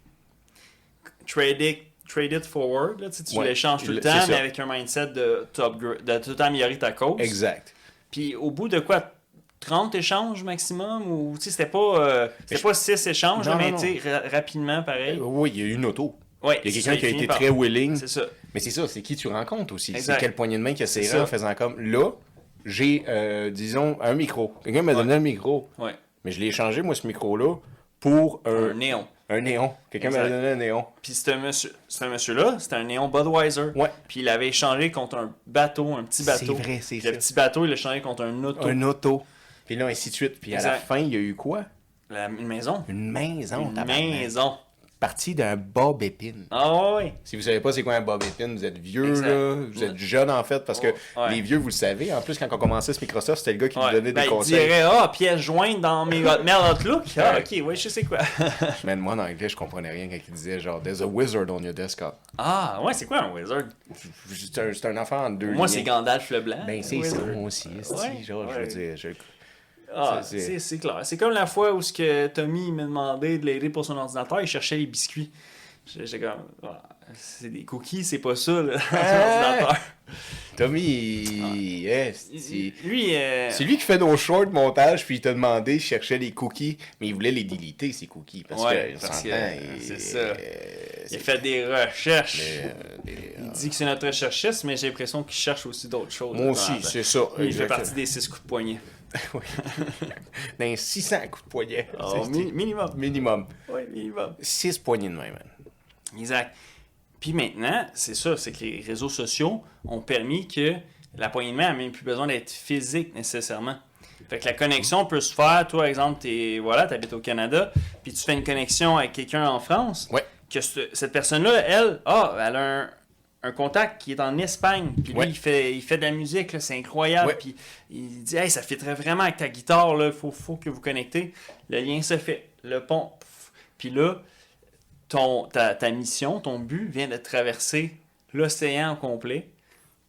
Trade it, trade it forward. Là, tu sais, tu Ouais. l'échanges tout le Le- temps, c'est mais ça. avec un mindset de, top, gr- de tout le temps améliorer ta cause. Exact. Puis au bout de quoi 30 échanges maximum ou tu sais c'était pas euh, c'était je- pas 6 échanges Non, là, mais non, tu sais ra- rapidement pareil. Oui, il y a eu une auto. Ouais, Il y a c'est quelqu'un ça, qui a finit été par- très willing. c'est ça. Mais c'est ça, c'est qui tu rencontres aussi. Exact. C'est quelle poignée de main qui a serré ça. en faisant comme là, j'ai, euh, disons, un micro. Quelqu'un m'a donné un micro. Ouais. Mais je l'ai échangé, moi, ce micro-là, pour Un un, néon. un néon. Quelqu'un m'a Exact. donné un néon. Puis c'est un monsieur c'est un monsieur là, c'était un néon Budweiser. Ouais. Puis il l'avait échangé contre un bateau, un petit C'est bateau. vrai, c'est Puis ça. Le petit bateau, il l'a échangé contre un auto, Un auto. Puis là, ainsi de suite. Puis à la Exact. fin, il y a eu quoi? La- une maison. Une maison. Une tabarnak. maison. Parti d'un bob épine. Ah ouais. Si vous savez pas c'est quoi un bob épine, vous êtes vieux, Exact. là, vous êtes jeune en fait, parce que Ouais. les vieux, vous le savez. En plus, quand on commençait ce Microsoft, c'était le gars qui nous ouais. donnait Ben, des il conseils. dirait ah pièce jointe dans mes Hotmail Outlook. Ah Ouais. OK, ouais, je sais quoi. Man, moi, en anglais, je comprenais rien quand il disait genre, There's a wizard on your desk. ah, ouais, c'est quoi un wizard C'est un, c'est un enfant en deux Moi, c'est lignes. Gandalf le blanc. Ben, c'est Wizard. ça, moi aussi. Ouais, esti, genre, je ouais. veux dire, je- Ah, C'est- c'est c'est- c'est clair. C'est comme la fois où ce que Tommy m'a demandé de l'aider pour son ordinateur, il cherchait les biscuits. J'étais comme, Ah, c'est des cookies, c'est pas ça, là, son Ah! ordinateur. Tommy, Ah. esti. Lui, euh, C'est lui qui fait nos short montage, puis il t'a demandé, il cherchait les cookies, mais il voulait les déliter, ces cookies. Parce Ouais, que, on parce que, s'entend, c'est il- ça. euh, il a c'est- fait des recherches. euh, les- Il dit que c'est notre recherchiste, mais j'ai l'impression qu'il cherche aussi d'autres choses. Moi Ah, aussi, ben, c'est ça. lui, Il fait exactement. partie des six coups de poignet. D'un 600 coups de poignet. Oh, C'est- mi- minimum. minimum. Oui, minimum. 6 poignées de main, man. Exact. Puis maintenant, c'est ça, c'est que les réseaux sociaux ont permis que la poignée de main n'a même plus besoin d'être physique nécessairement. Fait que la connexion peut se faire, toi, exemple, t'es, voilà, t'habites au Canada, puis tu fais une connexion avec quelqu'un en France, Ouais. que ce- cette personne-là, elle, ah, elle a un, un contact qui est en Espagne, puis lui, Ouais. il, fait, il fait de la musique, là, c'est incroyable, Ouais. puis il dit, hey, ça fitterait vraiment avec ta guitare, là, faut, faut que vous connectez. Le lien se fait, le pont, pff. puis là, ton, ta, ta mission, ton but vient de traverser l'océan au complet.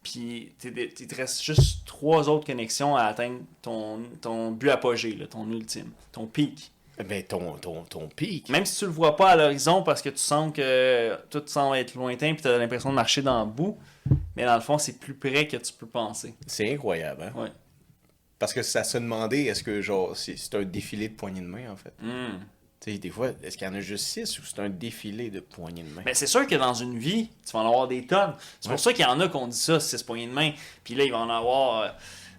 Puis t'es dé- il te reste juste trois autres connexions à atteindre ton, ton but apogée, là, ton ultime, ton pic. Mais Ben, ton, ton, ton pic. Même si tu le vois pas à l'horizon parce que tu sens que tout semble être lointain puis tu as l'impression de marcher dans le bout, mais dans le fond, c'est plus près que tu peux penser. C'est incroyable, hein? Ouais. Parce que ça se demandait, est-ce que genre, c'est c'est un défilé de poignées de main, en fait? Hmm. Tu sais, des fois, est-ce qu'il y en a juste 6 ou c'est un défilé de poignées de main? Ben, c'est sûr que dans une vie, tu vas en avoir des tonnes. C'est pour ça qu'il y en a qu'on dit ça, six poignées de main. Puis là, il va en avoir euh,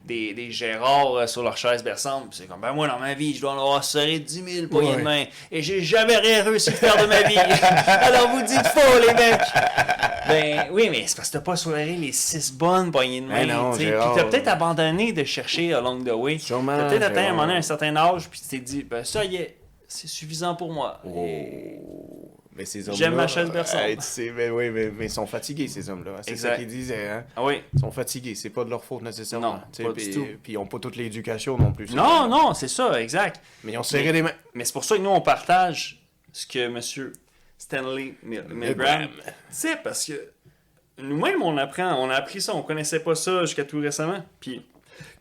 des, des Gérards euh, sur leur chaise berçante. Puis c'est comme, ben moi, dans ma vie, je dois en avoir serré 10 000 poignées de Ouais. main. Et j'ai jamais rien réussi à faire de ma vie. Alors vous dites faux, les mecs. Ben oui, mais c'est parce que t'as pas soiré les six bonnes poignées de main. Ben non, tu sais. Gérard. Puis t'as peut-être abandonné de chercher along the way. Sûrement, T'as peut-être atteint à un Gérard. moment donné un certain âge, puis tu t'es dit, ben ça y est, c'est suffisant pour moi. Oh. Mais ces hommes-là. J'aime ma chaise berçante. hey, tu sais, ben oui, mais, mais ils sont fatigués, ces hommes-là. C'est Exact. ça qu'ils disaient, hein? Ah oui. Ils sont fatigués, c'est pas de leur faute nécessairement. Non, tu sais, pas du puis, euh, tout. Puis ils ont pas toute l'éducation non plus. Non, non, c'est ça, exact. Mais ils ont serré les mains. Mais c'est pour ça que nous, on partage ce que M. Stanley Mil- Milgram sait, parce que nous-mêmes, on apprend, on a appris ça, on connaissait pas ça jusqu'à tout récemment. Puis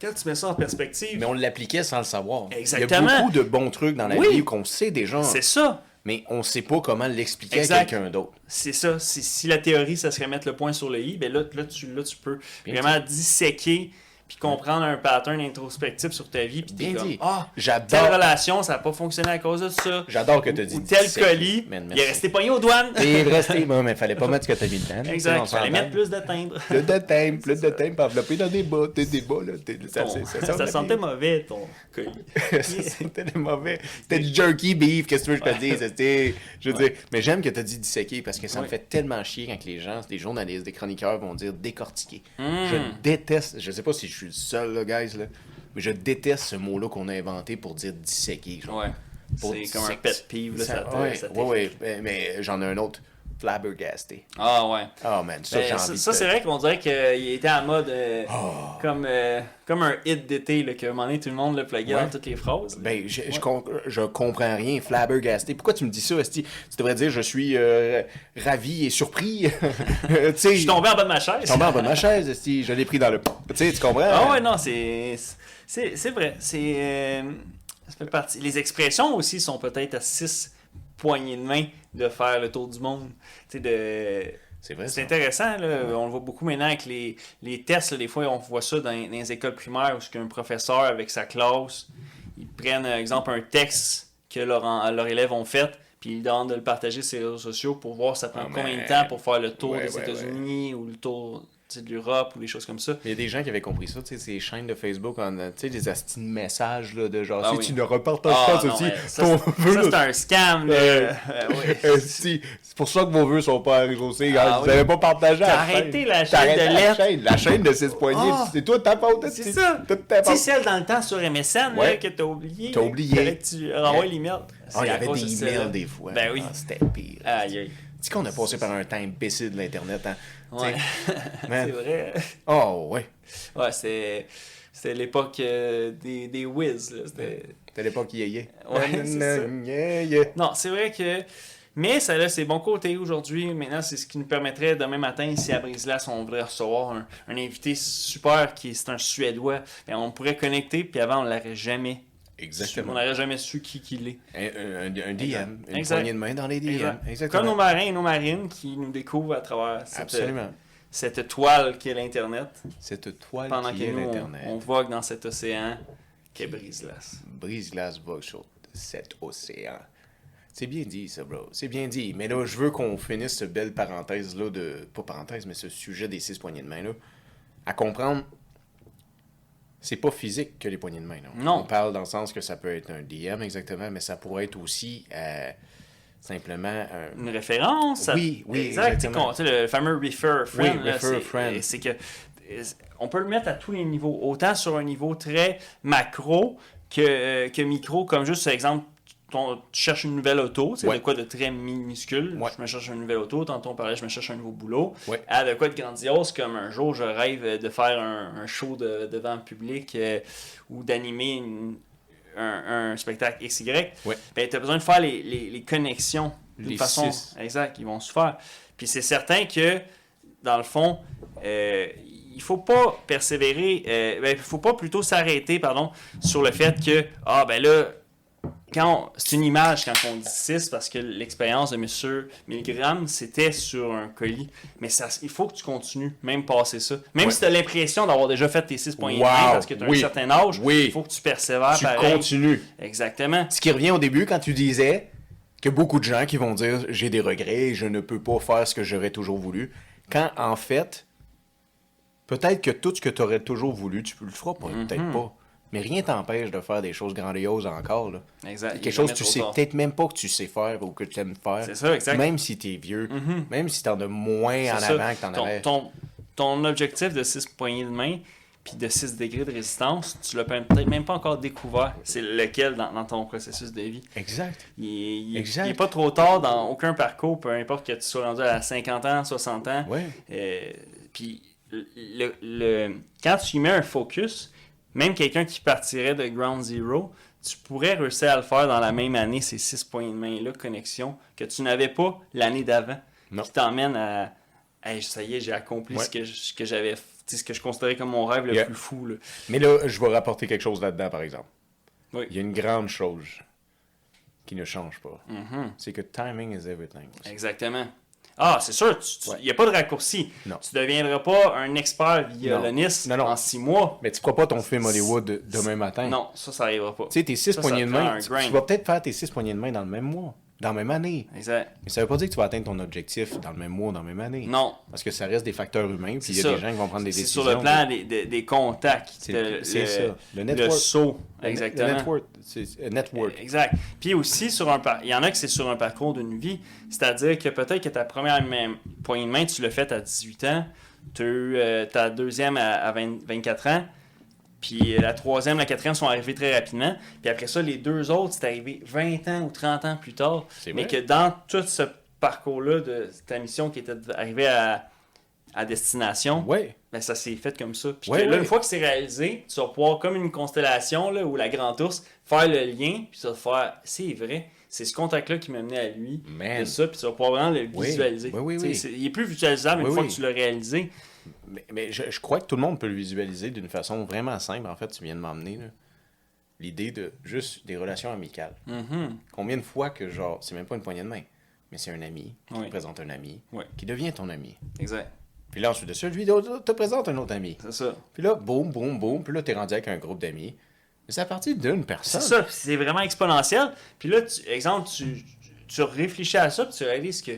Quand tu mets ça en perspective, Mais on l'appliquait sans le savoir. Il y a exactement. beaucoup de bons trucs dans la Oui. vie qu'on sait déjà, C'est ça. mais on sait pas comment l'expliquer à Exact. quelqu'un d'autre. C'est ça. Si, si la théorie, ça serait mettre le point sur le i, ben là, là, tu, là, tu peux Bien vraiment disséquer puis comprendre un pattern introspectif sur ta vie. Puis t'es Bien comme, dit. ah, telle J'adore. relation, ça n'a pas fonctionné à cause de ça. J'adore que tu dis. Ou tel disséquer. colis, Man, il est merci. resté pogné aux douanes. C'est resté, bon, mais fallait pas mettre ce que t'as mis dedans. là. Exact. On Il fallait s'entend. mettre plus de timbres. Plus de thème, plus de thème, pas enveloppé dans des bas, des débats, là. t'es- ça, Ton- c'est- Ça, sent la sentait vie. mauvais, ton colis. ça sentait le mauvais. C'était du jerky beef, qu'est-ce que tu veux que je te dise? C'était, je veux dire, mais j'aime que tu as dit disséquer parce que ça me Ouais. fait tellement chier quand les gens, les journalistes, des chroniqueurs vont dire décortiquer. Mm. Je déteste, je sais pas si je suis le seul, là, guys, là, mais je déteste ce mot-là qu'on a inventé pour dire disséquer. genre. Ouais. Pour C'est comme un dissect- pet peeve, là, ça, te- ouais, ça te- ouais, ouais, mais, mais j'en ai un autre. Flabbergasté. Ah ouais. Oh man, ça, Ben, j'ai ça, envie ça, de... c'est vrai qu'on dirait qu'il était en mode euh, Oh. comme, euh, comme un hit d'été, là, que un moment donné, tout le monde le pluguait Ouais. dans toutes les phrases. Ben, je, je, com- je comprends rien, flabbergasté. Pourquoi tu me dis ça, Esti? Tu devrais dire je suis euh, ravi et surpris. tu sais, je suis tombé en bas de ma chaise. je suis tombé en bas de ma chaise, Esti. Je l'ai pris dans le. Tu sais, tu comprends? Ah ouais, non, c'est c'est c'est vrai. C'est euh, ça fait partie. Les expressions aussi sont peut-être à six poignées de main de faire le tour du monde. Tu sais, de C'est vrai, c'est ça. intéressant, là. on le voit beaucoup maintenant avec les, les tests. là. Des fois, on voit ça dans, dans les écoles primaires où ce qu'un professeur avec sa classe, ils prennent, euh, exemple, un texte que leurs en- leurs élèves ont fait, puis ils demandent de le partager sur les réseaux sociaux pour voir ça prend Ah, combien mais- de temps pour faire le tour Ouais, des ouais, États-Unis ou le tour tu sais, de l'Europe ou des choses comme ça. Il y a des gens qui avaient compris ça, tu sais, ces chaînes de Facebook, en, euh, tu sais, des astis de messages, là, de genre, Ah si oui. tu ne repartages Ah, pas non, ceci, mais ça, ton c'est- vœu. ça, c'est un scam. là. Euh, Euh, ouais. Esti, c'est pour ça que vos vœux sont pas arrosés, gars. Ah Vous oui. n'avez pas partagé T'as la arrêté chaîne. la T'as chaîne de arrêté la lettres. chaîne, la chaîne de 6 poignées. Ah. c'est toi de ta faute, Esti. C'est ça. Toute ta Tu sais, faute. celle dans le temps sur MSN là, Ouais. que t'as oublié. T'as oublié. Fallait que tu renvoies l'email. Ah, il y C'est à avait cause de des celle-là. emails des fois. Ben oui. Ah, C'était pire. Aïe, aïe. Tu qu'on a passé par un temps imbécile de l'Internet, hein? Ouais. man. c'est vrai. Oh, ouais. Ouais, c'est. C'était l'époque euh, des, des whiz. là. C'était- T'as l'époque yé yé. Ouais, c'est ça. Yeah, yeah. Non, c'est vrai que. Mais ça a ses bons côtés aujourd'hui. Maintenant, c'est ce qui nous permettrait demain matin, si à Brise-Glace, on voulait recevoir un, un invité super qui est, c'est un Suédois. Ben, on pourrait connecter, puis avant, on l'aurait jamais. On Exactement. n'aurait jamais su qui qu'il est. Un, un, un DM, une Exact. poignée de main dans les DM. hein, Exactement. Comme nos marins et nos marines qui nous découvrent à travers cette, Absolument. cette toile qu'est l'Internet Cette toile pendant qui que est nous, on, l'Internet. on vogue dans cet océan qu'est Brise-Glace. Brise-glace va sur cet océan. C'est bien dit, ça, bro. C'est bien dit. Mais là, je veux qu'on finisse cette belle parenthèse-là de. Pas parenthèse, mais ce sujet des six poignées de main-là. À comprendre, c'est pas physique que les poignées de main. Là. Non. On parle dans le sens que ça peut être un DM, exactement, mais ça pourrait être aussi euh, simplement un. Une référence. ça- Oui, oui, exact. tu sais, exactement. qu'on- tu sais, le fameux refer friend. Oui, là, refer c'est- friend. et C'est que euh, on peut le mettre à tous les niveaux, autant sur un niveau très macro que, euh, que micro, comme juste par exemple. ton- tu cherches une nouvelle auto, c'est Ouais. de quoi de très minuscule. Ouais. Je me cherche une nouvelle auto, tantôt on parlait, je me cherche un nouveau boulot. Ouais. À Ah, de quoi de grandiose, comme un jour je rêve de faire un, un show de- devant un public euh, ou d'animer une- un, un spectacle XY. Ouais. Ben, tu as besoin de faire les, les- les connexions d'une Les façon. six. Exact, ils vont se faire. Puis c'est certain que, dans le fond, euh, il faut pas persévérer, euh, ben, il faut pas plutôt s'arrêter, pardon, sur le fait que, ah ben là, quand on- c'est une image quand on dit 6 parce que l'expérience de M. Milgram, c'était sur un colis. Mais ça, il faut que tu continues, même passer ça. Même Ouais. si tu as l'impression d'avoir déjà fait tes 6 points de Wow, main parce que tu as oui, un certain âge, il oui. faut que tu persévères tu pareil. continues. Exactement. Ce qui revient au début quand tu disais que beaucoup de gens qui vont dire j'ai des regrets, je ne peux pas faire ce que j'aurais toujours voulu, quand en fait, peut-être que tout ce que tu aurais toujours voulu, tu le feras pas, Mhm. peut-être pas. Mais rien t'empêche de faire des choses grandioses encore. Là. Exact. Il est Quelque chose jamais que tu trop sais tard. peut-être même pas que tu sais faire ou que tu aimes faire. C'est ça, exact. Mhm. Même si t'es vieux, même si t'en as moins en C'est ça. avant que t'en ton, avais. ton, ton objectif de 6 poignées de main puis de 6 degrés de résistance, tu l'as peut-être même pas encore découvert. C'est lequel dans, dans ton processus de vie. Exact. Il Exact. n'est pas trop tard dans aucun parcours, peu importe que tu sois rendu à 50 ans, 60 ans. Ouais. Euh, puis le, le- quand tu y mets un focus, même quelqu'un qui partirait de Ground Zero, tu pourrais réussir à le faire dans la même année, ces six points de main-là, connexion, que tu n'avais pas l'année d'avant. Non. Qui t'emmène à. Hey, ça y est, j'ai accompli Ouais. ce que, je- ce que j'avais f- tu sais, ce que je considérais comme mon rêve le Yeah. plus fou. là. Mais là, je vais rapporter quelque chose là-dedans, par exemple. Oui. Il y a une grande chose qui ne change pas. Mm-hmm. C'est que timing is everything. Exactement. Ah, c'est sûr, il n'y a pas de raccourci. Non. Tu ne deviendras pas un expert violoniste Non, non. en six mois. Mais tu feras pas ton film Hollywood demain matin. Non, ça, ça n'arrivera pas. Tu sais, tes six Ça, ça poignées de prend main, un tu, grain. tu vas peut-être faire tes six poignées de main dans le même mois, dans la même année. Exact. Mais ça veut pas dire que tu vas atteindre ton objectif dans le même mois, dans la même année. Non. Parce que ça reste des facteurs humains, puis il y a ça. des gens qui vont prendre des C'est décisions. sur le plan des, des- des contacts. C'est- de- c'est le- ça. Le Le network. saut. Le- Exactement. Le network. c'est- euh, network. Eh, Exact. Puis aussi, sur un par- il y en a que c'est sur un parcours d'une vie. C'est-à-dire que peut-être que ta première main- poignée de main, tu l'as faite à 18 ans, tu as eu euh, ta deuxième à, à 20 24 ans, puis euh, la troisième, la quatrième sont arrivées très rapidement. Puis après ça, les deux autres, c'est arrivé 20 ans ou 30 ans plus tard. C'est Mais vrai. que dans tout ce parcours-là de ta mission qui était arrivée à, à destination, Ouais. ben, ça s'est fait comme ça. Puis Ouais, que là, ouais. une fois que c'est réalisé, tu vas pouvoir, comme une constellation là, ou la grande ours, faire le lien, puis tu vas faire, c'est vrai, c'est ce contact-là qui m'a mené à lui. Man. C'est ça, puis tu vas pouvoir vraiment le Oui. visualiser. Oui, oui, Tu sais, oui. c'est- Il est plus visualisable une Oui, fois oui. que tu l'as réalisé. Mais, mais je, je crois que tout le monde peut le visualiser d'une façon vraiment simple. En fait, tu viens de m'emmener là. l'idée de juste des relations amicales. Mhm. Combien de fois que, genre, c'est même pas une poignée de main, mais c'est un ami qui Oui. te présente un ami Oui. qui devient ton ami. Exact. Puis là, ensuite de ça, lui, l'autre te présente un autre ami. C'est ça. Puis là, boum, boum, boum. Puis là, t'es rendu avec un groupe d'amis. Mais c'est à partir d'une C'est personne. ça, puis c'est vraiment exponentiel. Puis là, tu- exemple, tu, tu réfléchis à ça, puis tu réalises que,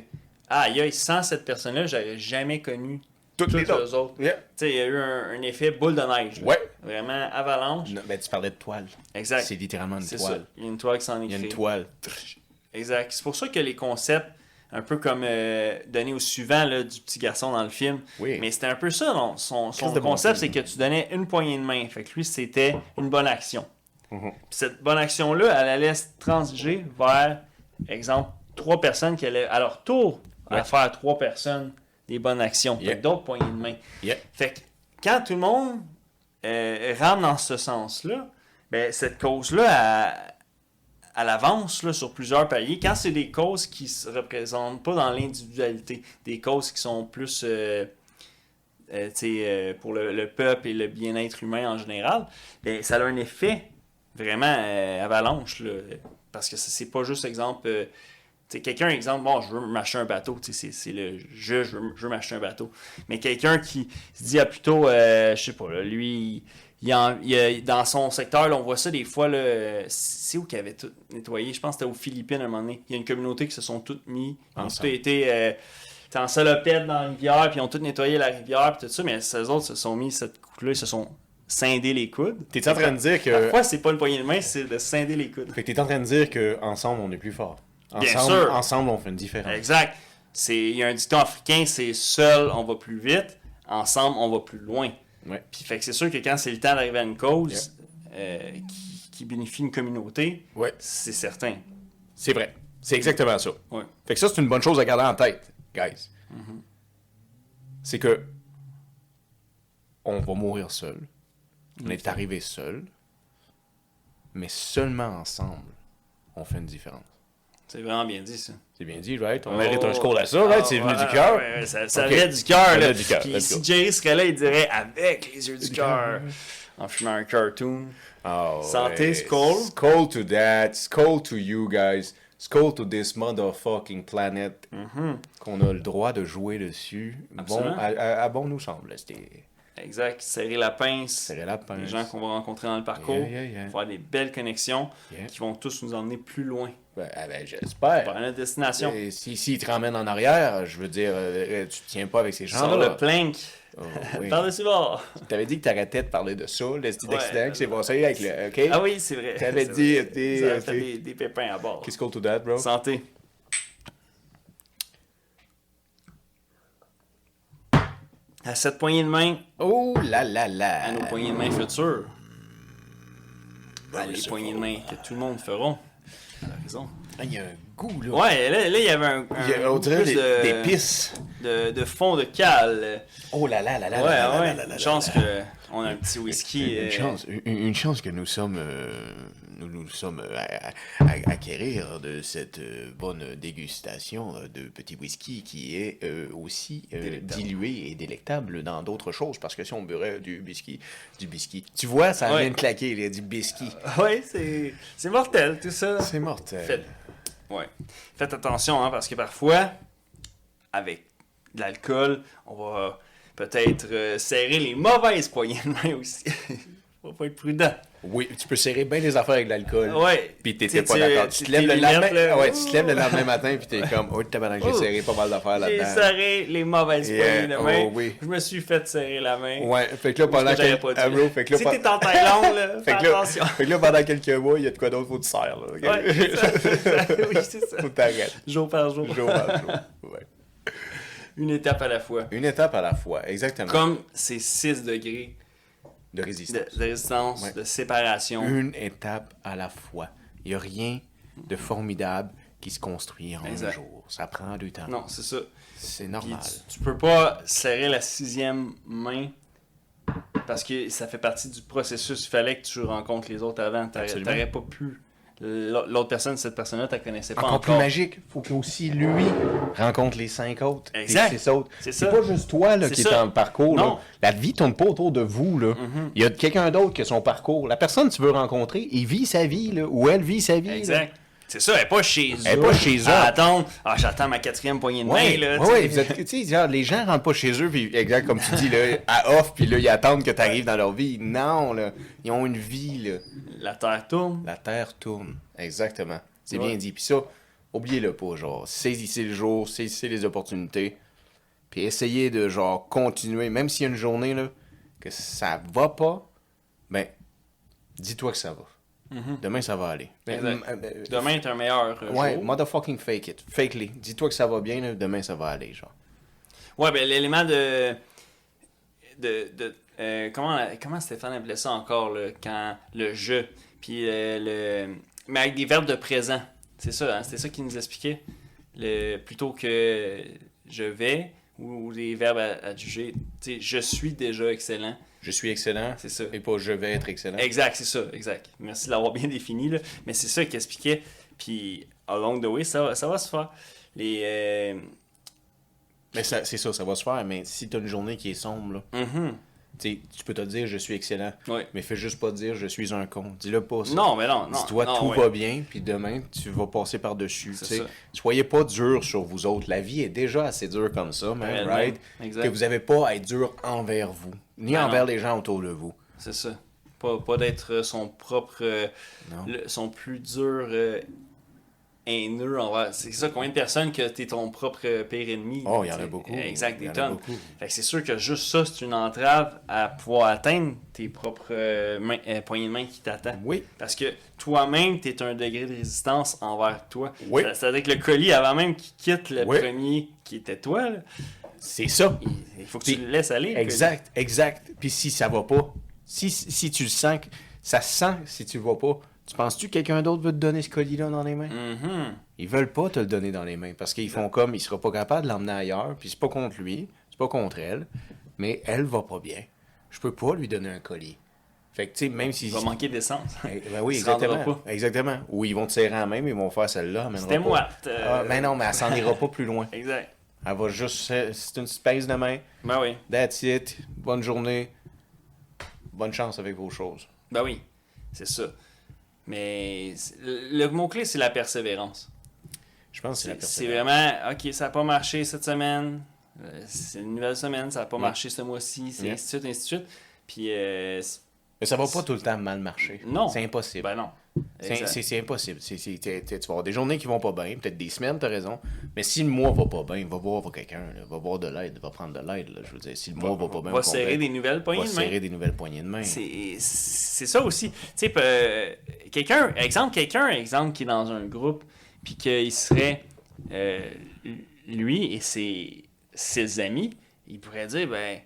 aïe, aïe, sans cette personne-là, j'aurais jamais connu Toutes toutes les les autres. autres. Tu Yeah. sais, il y a eu un, un effet boule de neige. là. Ouais. Vraiment avalanche. Non, ben, tu parlais de toile. Exact. C'est littéralement une C'est toile. ça. Il y a une toile qui s'en est Il y a une créée. toile. Exact. C'est pour ça que les concepts, un peu comme euh, donné au suivant là, du petit garçon dans le film, Oui. mais c'était un peu ça. non? Son, son Christ de bon concept, c'est film. que tu donnais une poignée de main. Fait que lui, c'était une bonne action. Mhm. Puis cette bonne action-là, elle allait se transiger vers, exemple, trois personnes qui allaient à leur tour à Ouais. faire à trois personnes des bonnes actions. Fait que Yeah. d'autres poignées de main. Yeah. Fait que quand tout le monde euh, rentre dans ce sens-là, ben, cette cause-là, elle, à l'avance là, sur plusieurs paliers. Quand c'est des causes qui se représentent pas dans l'individualité, des causes qui sont plus euh, euh, tu sais, euh, pour le, le peuple et le bien-être humain en général, ben, ça a un effet vraiment euh, avalanche. là. parce que c'est- c'est pas juste exemple. euh, tu sais, quelqu'un, exemple, bon, je veux m'acheter un bateau, tu sais, c'est c'est le je, je veux, je veux m'acheter un bateau. Mais quelqu'un qui se dit, ah, plutôt, euh, je sais pas, là, lui, il en- il a- dans son secteur, là, on voit ça des fois, là, euh, c'est où qu'il avait tout nettoyé, je pense que c'était aux Philippines à un moment donné. Il y a une communauté qui se sont toutes mis, ils ont toutes Ensemble. été euh, t'sais, en salopette dans la rivière, puis ils ont toutes nettoyé la rivière, puis tout ça, mais ces autres se sont mis cette coupe-là, ils se sont scindés les coudes. T'es en train de dire que. Parfois, c'est pas une poignée de main, c'est de scinder les coudes. Fait que t'es en train de dire que ensemble on est plus fort. Ensemble, Bien sûr. ensemble on fait une différence. Exact. C'est, il y a un dicton africain, c'est seul, on va plus vite, ensemble, on va plus loin. Ouais. Puis fait que c'est sûr que quand c'est le temps d'arriver à une cause euh, qui, qui bénéficie une communauté, Ouais. c'est certain. C'est vrai. C'est exactement ça. Ouais. Fait que ça, c'est une bonne chose à garder en tête, guys. C'est que on va mourir seul. On est arrivé seul. Mais seulement ensemble, on fait une différence. C'est vraiment bien dit, ça. C'est bien dit, right? On Oh. mérite un score à ça, right? Ah, c'est venu ouais, du cœur. ouais, ouais, ça ça Ok. venait du cœur. Ça là. venait du cœur, Puis let's si go. Jerry serait là, il dirait avec les yeux du cœur. En fumant un cartoon. Ah, Santé, ouais. skål. Skål to that. Skål to you guys. Skål to this motherfucking planet. Qu'on a le droit de jouer dessus. Bon, Absolument. à, à- à bon nous semble. C'était Exact. Serrer la pince. serrer la pince. Les gens qu'on va rencontrer dans le parcours. Yeah, yeah, yeah. Faire des belles connexions Yeah. qui vont tous nous emmener plus loin. Ben, ah ben, Par j'espère. notre destination. Et Si, s'il te ramène en arrière, je veux dire, euh, euh, tu te tiens pas avec ces Sur le gens-là. plank. Oh, oui. Par-dessus bord. T'avais dit que t'arrêtais de parler de ça, l'esti Ouais. d'accident qui s'est passé avec le... OK? Ah oui, c'est vrai. T'avais C'est dit, vrai. t'es- Ça a fait t'es- des, des pépins à bord. Qu'est-ce qu'on to that, bro? Santé. À cette poignée de main, Oh là là à là! nos poignées de main Euh, futures, à oui, les c'est poignées de main que tout le monde feront, prison. Ah, Il y a un goût, là. Ouais, là, là, il y avait un, Il y un a, on dirait plus des, des pisses. de, de fond de cale. Oh là là là là Ah, Ouais, là là là ouais. là là. chance que on a un petit whisky. Une euh, chance, une, une chance que nous sommes, euh, nous, nous sommes euh, à, à- acquérir de cette euh, bonne dégustation euh, de petit whisky qui est euh, aussi euh, Délectable. dilué et délectable dans d'autres choses parce que si on burait du biscuit, du biscuit, Tu vois, ça Ouais. vient de claquer, il a dit biscuit. Ouais, c'est c'est mortel tout ça. Ah, c'est euh, mortel. Faites, ouais. Faites attention, hein, parce que parfois, avec de l'alcool, on va peut-être euh, serrer les mauvaises poignées de main aussi. Faut pas être prudent. Oui, tu peux serrer bien les affaires avec l'alcool. Ouais. Puis T'sais, t'étais pas d'accord. Tu te lèves t'es le lunettes, lendemain, là, oh, ouais, tu te lèves le ouh, lendemain matin puis t'es comme, oh tabarnak, j'ai Oh. serré pas mal d'affaires J'ai là-dedans. serré les mauvaises Yeah, poignées de main. oh oui. Je me suis fait serrer la main. Ouais, fait que là pendant j'aurais quelques pas dû. Ah, bro, fait que là, Si pe- t'es en Thaïlande, là, fait fais que là- attention. fait que là, pendant quelques mois, il y a de quoi d'autre faut que tu serres là. ok? Ouais, c'est ça, c'est ça. Oui, c'est ça. Faut que t'arrêtes. Jour par jour. Jour par jour. Ouais. Une étape à la fois. Une étape à la fois, exactement. Comme c'est 6 degrés De de, résistance. de résistance, Ouais. de séparation. Une étape à la fois. Il n'y a rien de formidable qui se construit en Exact. un jour. Ça prend du temps. Non, c'est ça. C'est Puis normal. tu, tu peux pas serrer la sixième main parce que ça fait partie du processus. Il fallait que tu rencontres les autres avant. T'aurais Absolument. t'aurais pas pu. L'au- L'autre personne, cette personne-là, tu la connaissais pas Encore, encore. plus magique, faut que aussi lui rencontre les cinq autres, Exact. les six autres. C'est C'est ça. pas juste toi là, C'est qui ça. est dans le parcours. là. Non. Mhm. La vie tourne pas autour de vous. Là. Il y a quelqu'un d'autre qui a son parcours. La personne que tu veux rencontrer, il vit sa vie là, ou elle vit sa vie. là. Exact. C'est ça, elle est pas chez eux. est pas chez eux. À attendre. Ah, j'attends ma quatrième poignée de Ouais, main, là. ouais, tu ouais, sais. vous êtes- tu sais, genre, les gens rentrent pas chez eux, puis exact comme tu dis, là, à off, puis là, ils attendent que tu arrives dans leur vie. Non, là, ils ont une vie, là. La terre tourne. La Terre tourne. Exactement. C'est Ouais. bien dit. Puis ça, oubliez-le pas, genre, saisissez le jour, saisissez les opportunités, puis essayez de, genre, continuer, même s'il y a une journée, là, que ça va pas, ben, dis-toi que ça va. Demain, ça va aller. Mhm. Exact. Ben, euh, Demain est un meilleur euh, Ouais, jour. motherfucking fake it. Fake-les. Dis-toi que ça va bien, là, demain, ça va aller, genre. Ouais, ben l'élément de. de, de euh, comment, comment Stéphane appelait ça encore, là, quand le jeu, puis euh, le. Mais avec des verbes de présent. C'est ça, hein, c'était ça qu'il nous expliquait. Le, plutôt que je vais, ou, ou des verbes à, juger, tu sais, je suis déjà excellent. Je suis excellent. C'est ça. Et pas je vais être excellent. Exact, c'est ça, exact. Merci de l'avoir bien défini, là. Mais c'est ça qu'il expliquait. Puis, along the way, ça, va- ça va se faire. Les. euh, Mais ça- c'est ça, ça va se faire. Mais si t'as une journée qui est sombre, là, mhm, tu sais, tu peux te dire je suis excellent. ouais. Mais fais juste pas dire je suis un con. Dis-le pas. ça. Non, mais non, non. Dis-toi non, tout ouais. va bien, puis demain tu vas passer par-dessus. C'est tu sais. ça. Soyez pas dur sur vous autres. La vie est déjà assez dure comme ça, man, Réellement. right? Exact. Que vous avez pas à être dur envers vous, ni Ben envers non. les gens autour de vous. C'est ça. Pas, pas d'être euh, son propre. euh, Non. le- son plus dur euh, haineux envers. C'est ça, combien de personnes que t'es ton propre euh, pire ennemi Oh, il y en t'sais. a beaucoup. Exact, Il y en des a tonnes. beaucoup. Fait que c'est sûr que juste ça, c'est une entrave à pouvoir atteindre tes propres euh, mains- euh, poignées de main qui t'attendent. Oui. Parce que toi-même, t'es un degré de résistance envers toi. Oui. Ça- C'est-à-dire que le colis, avant même qu'il quitte le Oui. premier qui était toi, là, C'est ça. il il faut que tu Puis- le laisses aller. le colis. Exact, exact. Puis si ça va pas, si, si tu le sens, que- ça se sent si tu le vois pas, tu penses-tu que quelqu'un d'autre veut te donner ce colis-là dans les mains? Mhm. Ils veulent pas te le donner dans les mains parce qu'ils font comme il sera pas capable de l'emmener ailleurs, puis c'est pas contre lui, c'est pas contre elle, mais elle va pas bien. Je peux pas lui donner un colis. Fait que tu sais, même si. Il va manquer d'essence. Eh, ben oui, Il se rendra exactement. pas. Exactement. Ou ils vont te serrer la main, mais ils vont faire celle-là. elle mènera C'était pas. moi. euh, Ah, mais non, mais elle s'en ira pas plus loin. Exact. Elle va juste. euh, C'est une space de main. Ben oui. That's it. Bonne journée. Bonne chance avec vos choses. Ben oui, c'est ça. Mais c'est- le le mot-clé, c'est la persévérance. Je pense que c'est la C'est c'est personne. vraiment, OK, ça n'a pas marché cette semaine, euh, c'est une nouvelle semaine, ça n'a pas Mm. marché ce mois-ci, c'est Ouais. ainsi de suite, ainsi de suite. Puis, euh, c'est- Mais ça va pas tout le temps mal marcher. Non. C'est impossible. ben non. C'est- Exact. C'est c'est impossible. C'est- c'est- t'es- t'es- tu vas avoir des journées qui vont pas bien, peut-être des semaines, t'as raison. Mais si le mois va pas bien, va voir quelqu'un, là. va voir de l'aide, va prendre de l'aide. là. Je veux dire, si le mois va pas bien, On va serrer des nouvelles va poignées de main. serrer des nouvelles poignées de main. C'est c'est ça aussi. Tu sais, pe- euh, quelqu'un, exemple, quelqu'un, exemple, qui est dans un groupe, puis qu'il serait euh, lui et ses, ses amis, il pourrait dire, ben,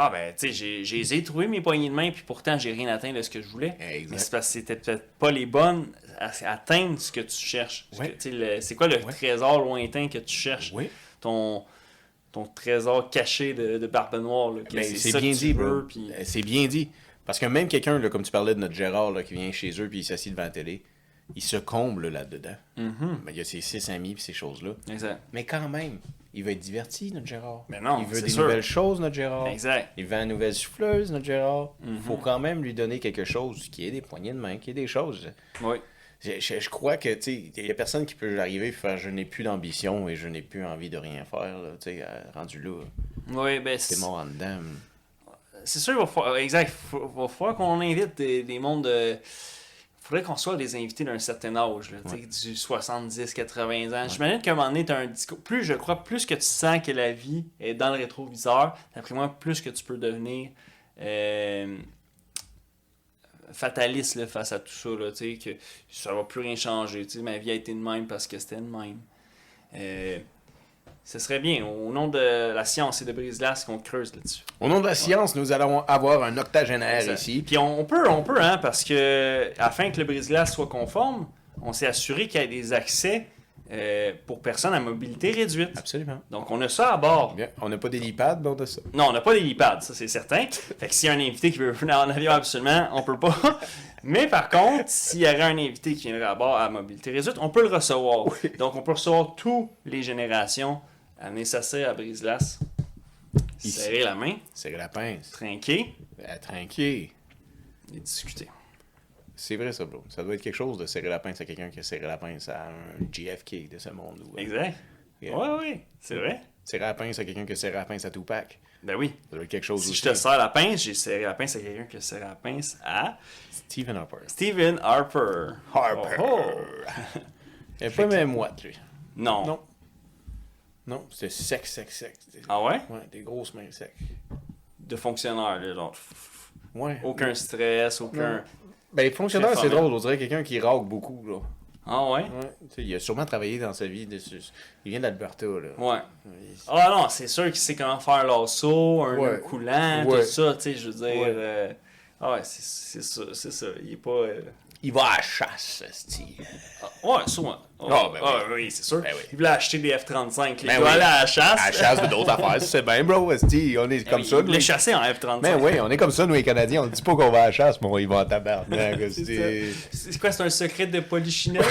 Ah, ben, tu sais, j'ai- j'ai j'ai trouvé mes poignées de main, puis pourtant, j'ai rien atteint de ce que je voulais. Exact. Mais c'est parce que c'était peut-être pas les bonnes à à atteindre ce que tu cherches. Ce que, Ouais. tu sais, le- C'est quoi le Ouais. trésor lointain que tu cherches Oui. ton, ton trésor caché de, de barbe noire. Là, que Ben, c'est c'est ça bien que tu dit, veux, bro. puis- Euh, C'est bien dit. Parce que même quelqu'un, là, comme tu parlais de notre Gérard, là, qui vient chez eux puis il s'assied devant la télé, il se comble là-dedans. Mm-hmm. Ben, il y a ses six amis puis ces choses-là. Exact. Mais quand même, il veut être diverti, notre Gérard. Mais non, il veut c'est des sûr. Ben, nouvelles choses, notre Gérard. Exact. Il veut une nouvelle souffleuse, notre Gérard. Il Mhm. faut quand même lui donner quelque chose, qui est des poignées de main, qui est des choses. Oui. Je, je- je crois que, tu sais, il n'y a personne qui peut arriver et faire je n'ai plus d'ambition et je n'ai plus envie de rien faire, là, tu sais, euh, rendu là. Oui, ben, C'est c'est mort en dedans. c'est sûr, il va falloir, exact, il va falloir qu'on invite des, des mondes de... faudrait qu'on soit des invités d'un certain âge, là, tu sais, du 70, 80 ans. J'imagine qu'à un moment donné, t'as un discours... Plus, je crois, plus que tu sens que la vie est dans le rétroviseur, d'après moi, plus que tu peux devenir euh, fataliste là, face à tout ça, là, tu sais, que ça va plus rien changer. tu sais, ma vie a été de même parce que c'était de même. Euh, ce serait bien, au nom de la science et de Brise-Glace, qu'on creuse là-dessus. Au nom de la science, nous allons avoir un octogénaire Exact. ici. Puis on, on peut, on peut, hein, parce que afin que le brise-glace soit conforme, on s'est assuré qu'il y ait des accès euh, pour personnes à mobilité réduite. Absolument. Donc on a ça à bord. Bien. On n'a pas d'hélipad, bon, de ça. Non, on n'a pas d'hélipad, ça c'est certain. Fait que s'il y a un invité qui veut venir en avion, absolument, on peut pas. Mais par contre, s'il y aurait un invité qui viendrait à bord à mobilité réduite, on peut le recevoir. Donc on peut recevoir toutes les générations, amener ça à brise-glace, Ici. serrer la main, C'est la pince. trinquer Ben, tranquille. et discuter. C'est vrai, ça, bro. Ça doit être quelque chose de serrer la pince à quelqu'un qui a serré la pince à un JFK de ce monde. Ou, euh, Exact. Yeah. Ouais, ouais, c'est vrai. Serrer la pince à quelqu'un qui a serré la pince à Tupac. Ben oui. Ça doit être quelque chose Si je aussi. te sers la pince, j'ai serré la pince à quelqu'un qui a serré la pince à Stephen Harper. Stephen Harper. Harper. Oh, Il est pas même moi, lui. Non. Non. Non, c'est sec, sec, sec. Ah ouais? Ouais, des grosses mains secs. De fonctionnaire, là, genre. Ouais. Aucun stress, aucun. Ben, les fonctionnaires, C'est c'est formel. drôle. On dirait quelqu'un qui rague beaucoup, là. Ah ouais? Ouais. Tu sais, Il a sûrement travaillé dans sa vie. de- Il vient d'Alberta, là. Ouais. Ah non, c'est sûr qu'il sait comment faire l'assaut, un Ouais. nœud coulant, Ouais. tout ça, tu sais, je veux dire. Ouais. euh, Ah ouais, c'est- c'est ça, c'est ça. Il est pas. euh, Il va à la chasse, style. ah, ouais, sûrement. Ah Ah, ben oui. ah, oui, c'est sûr. Ben oui. Il voulait acheter des F-35, là, Ben il doit oui. aller à la chasse. À la chasse de d'autres affaires, c'est bien, bro, esti. On est Ben comme oui, ça, Il voulait nous. chasser en F-35. Ben oui, on est comme ça, nous, les Canadiens. On dit pas qu'on va à la chasse, mais on y va en tabarnak, C'est esti. ça. C'est quoi, c'est un secret de polichinelle?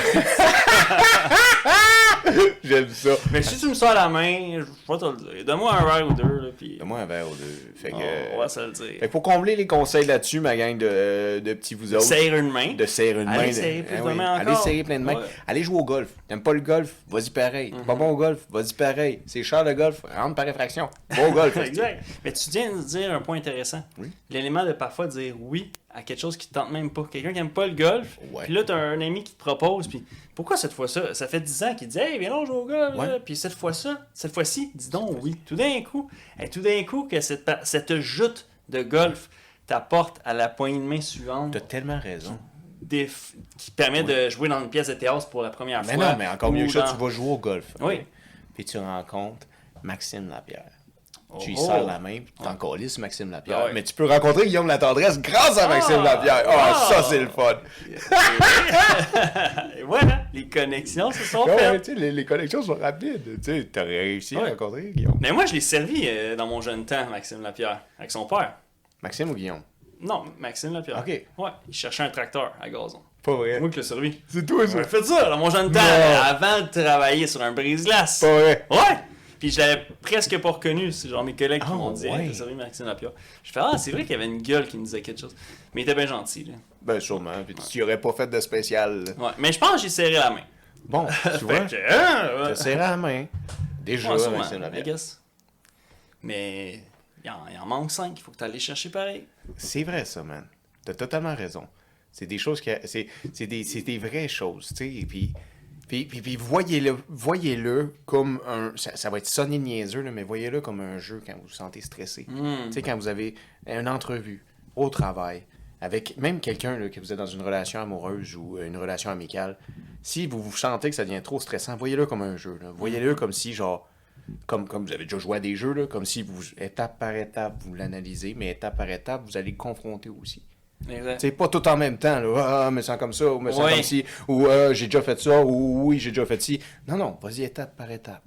J'aime ça. Mais si tu me sors la main, je vais pas te le dire. Donne-moi un verre ou deux, là, puis Moi, un verre ou deux. Fait on que... euh, on va se le Fait dire. que pour combler les conseils là-dessus, ma gang de, de petits vous autres, Serre une main. de serrer une Allez main. de- serrer plus Ah de oui. mains Allez encore. serrer plein de mains. Ouais. Mm-hmm. Allez jouer au golf. T'aimes pas le golf? Vas-y pareil. T'es pas bon au golf? Vas-y pareil. C'est cher le golf? Rentre par réfraction. Bon au golf. Exact. Mais tu viens de dire un point intéressant. L'élément de parfois dire oui à quelque chose qui te tente même pas. Quelqu'un qui aime pas le golf, Ouais. puis là, t'as un ami qui te propose, puis pourquoi cette fois-là Ça fait 10 ans qu'il dit Hey, viens donc jouer au golf, là. Ouais. puis cette fois-là, cette fois-ci, dis donc oui. Tout d'un coup, et tout d'un coup, que cette, pa- cette joute de golf t'apporte à la poignée de main suivante. T'as tellement raison. des f- qui permet de jouer dans une pièce de théâtre pour la première Mais fois. non, mais encore ou mieux que ça, dans- tu vas jouer au golf. Oui. ok? Puis tu rencontres Maxime Lapierre. Tu lui Oh. serres la main, puis tu t'en calisses Maxime Lapierre. Ah ouais. Mais tu peux rencontrer Guillaume Latendresse grâce à Maxime Ah. Lapierre. Oh, Ah. ça, c'est le fun. Et voilà, les connexions se sont Ah ouais, faites. tu sais, les, les connexions sont rapides. Tu sais, t'aurais réussi à Ouais. rencontrer Guillaume. Mais moi, je l'ai servi euh, dans mon jeune temps, Maxime Lapierre, avec son père. Maxime ou Guillaume? Non, Maxime Lapierre. Ok. Ouais, il cherchait un tracteur à gazon. Pas vrai. C'est moi qui l'ai servi. C'est toi, ça. J'ai fait ça dans mon jeune temps, Non. avant de travailler sur un brise-glace. Pas vrai. Ouais! Puis je l'avais presque pas reconnu. C'est genre mes collègues qui Ah, m'ont dit ouais. hey, t'as servi Maxime Lapierre. Je fais Ah, c'est vrai qu'il y avait une gueule qui me disait quelque chose. Mais il était bien gentil, là. Ben, sûrement. Puis tu y aurais pas fait de spécial. là. Ouais. Mais je pense que j'ai serré la main. Bon, tu vois, Fait que, hein, ouais. t'as serré la main. Déjà, Ouais, sûrement, Maxime I Lapierre. guess. Mais il en, il en manque 5, il faut que tu ailles les chercher pareil. C'est vrai, ça, man. T'as totalement raison. C'est des choses qui. C'est c'est des, c'est des vraies choses, tu sais. Et puis. Puis, puis, puis voyez-le voyez-le comme un. Ça, ça va être sonné niaiseux, là, mais voyez-le comme un jeu quand vous vous sentez stressé. Tu sais, quand vous avez une entrevue au travail, avec même quelqu'un là, que vous êtes dans une relation amoureuse ou euh, une relation amicale, si vous vous sentez que ça devient trop stressant, voyez-le comme un jeu. là. Voyez-le comme si, genre, comme, comme vous avez déjà joué à des jeux, là, comme si vous, étape par étape, vous l'analysez, mais étape par étape, vous allez le confronter aussi. Exact. C'est pas tout en même temps, là. Ah, me sens comme ça, ou me sens Ouais. comme ci, ou ah, j'ai déjà fait ça, ou oui, j'ai déjà fait ci. Non, non, vas-y étape par étape.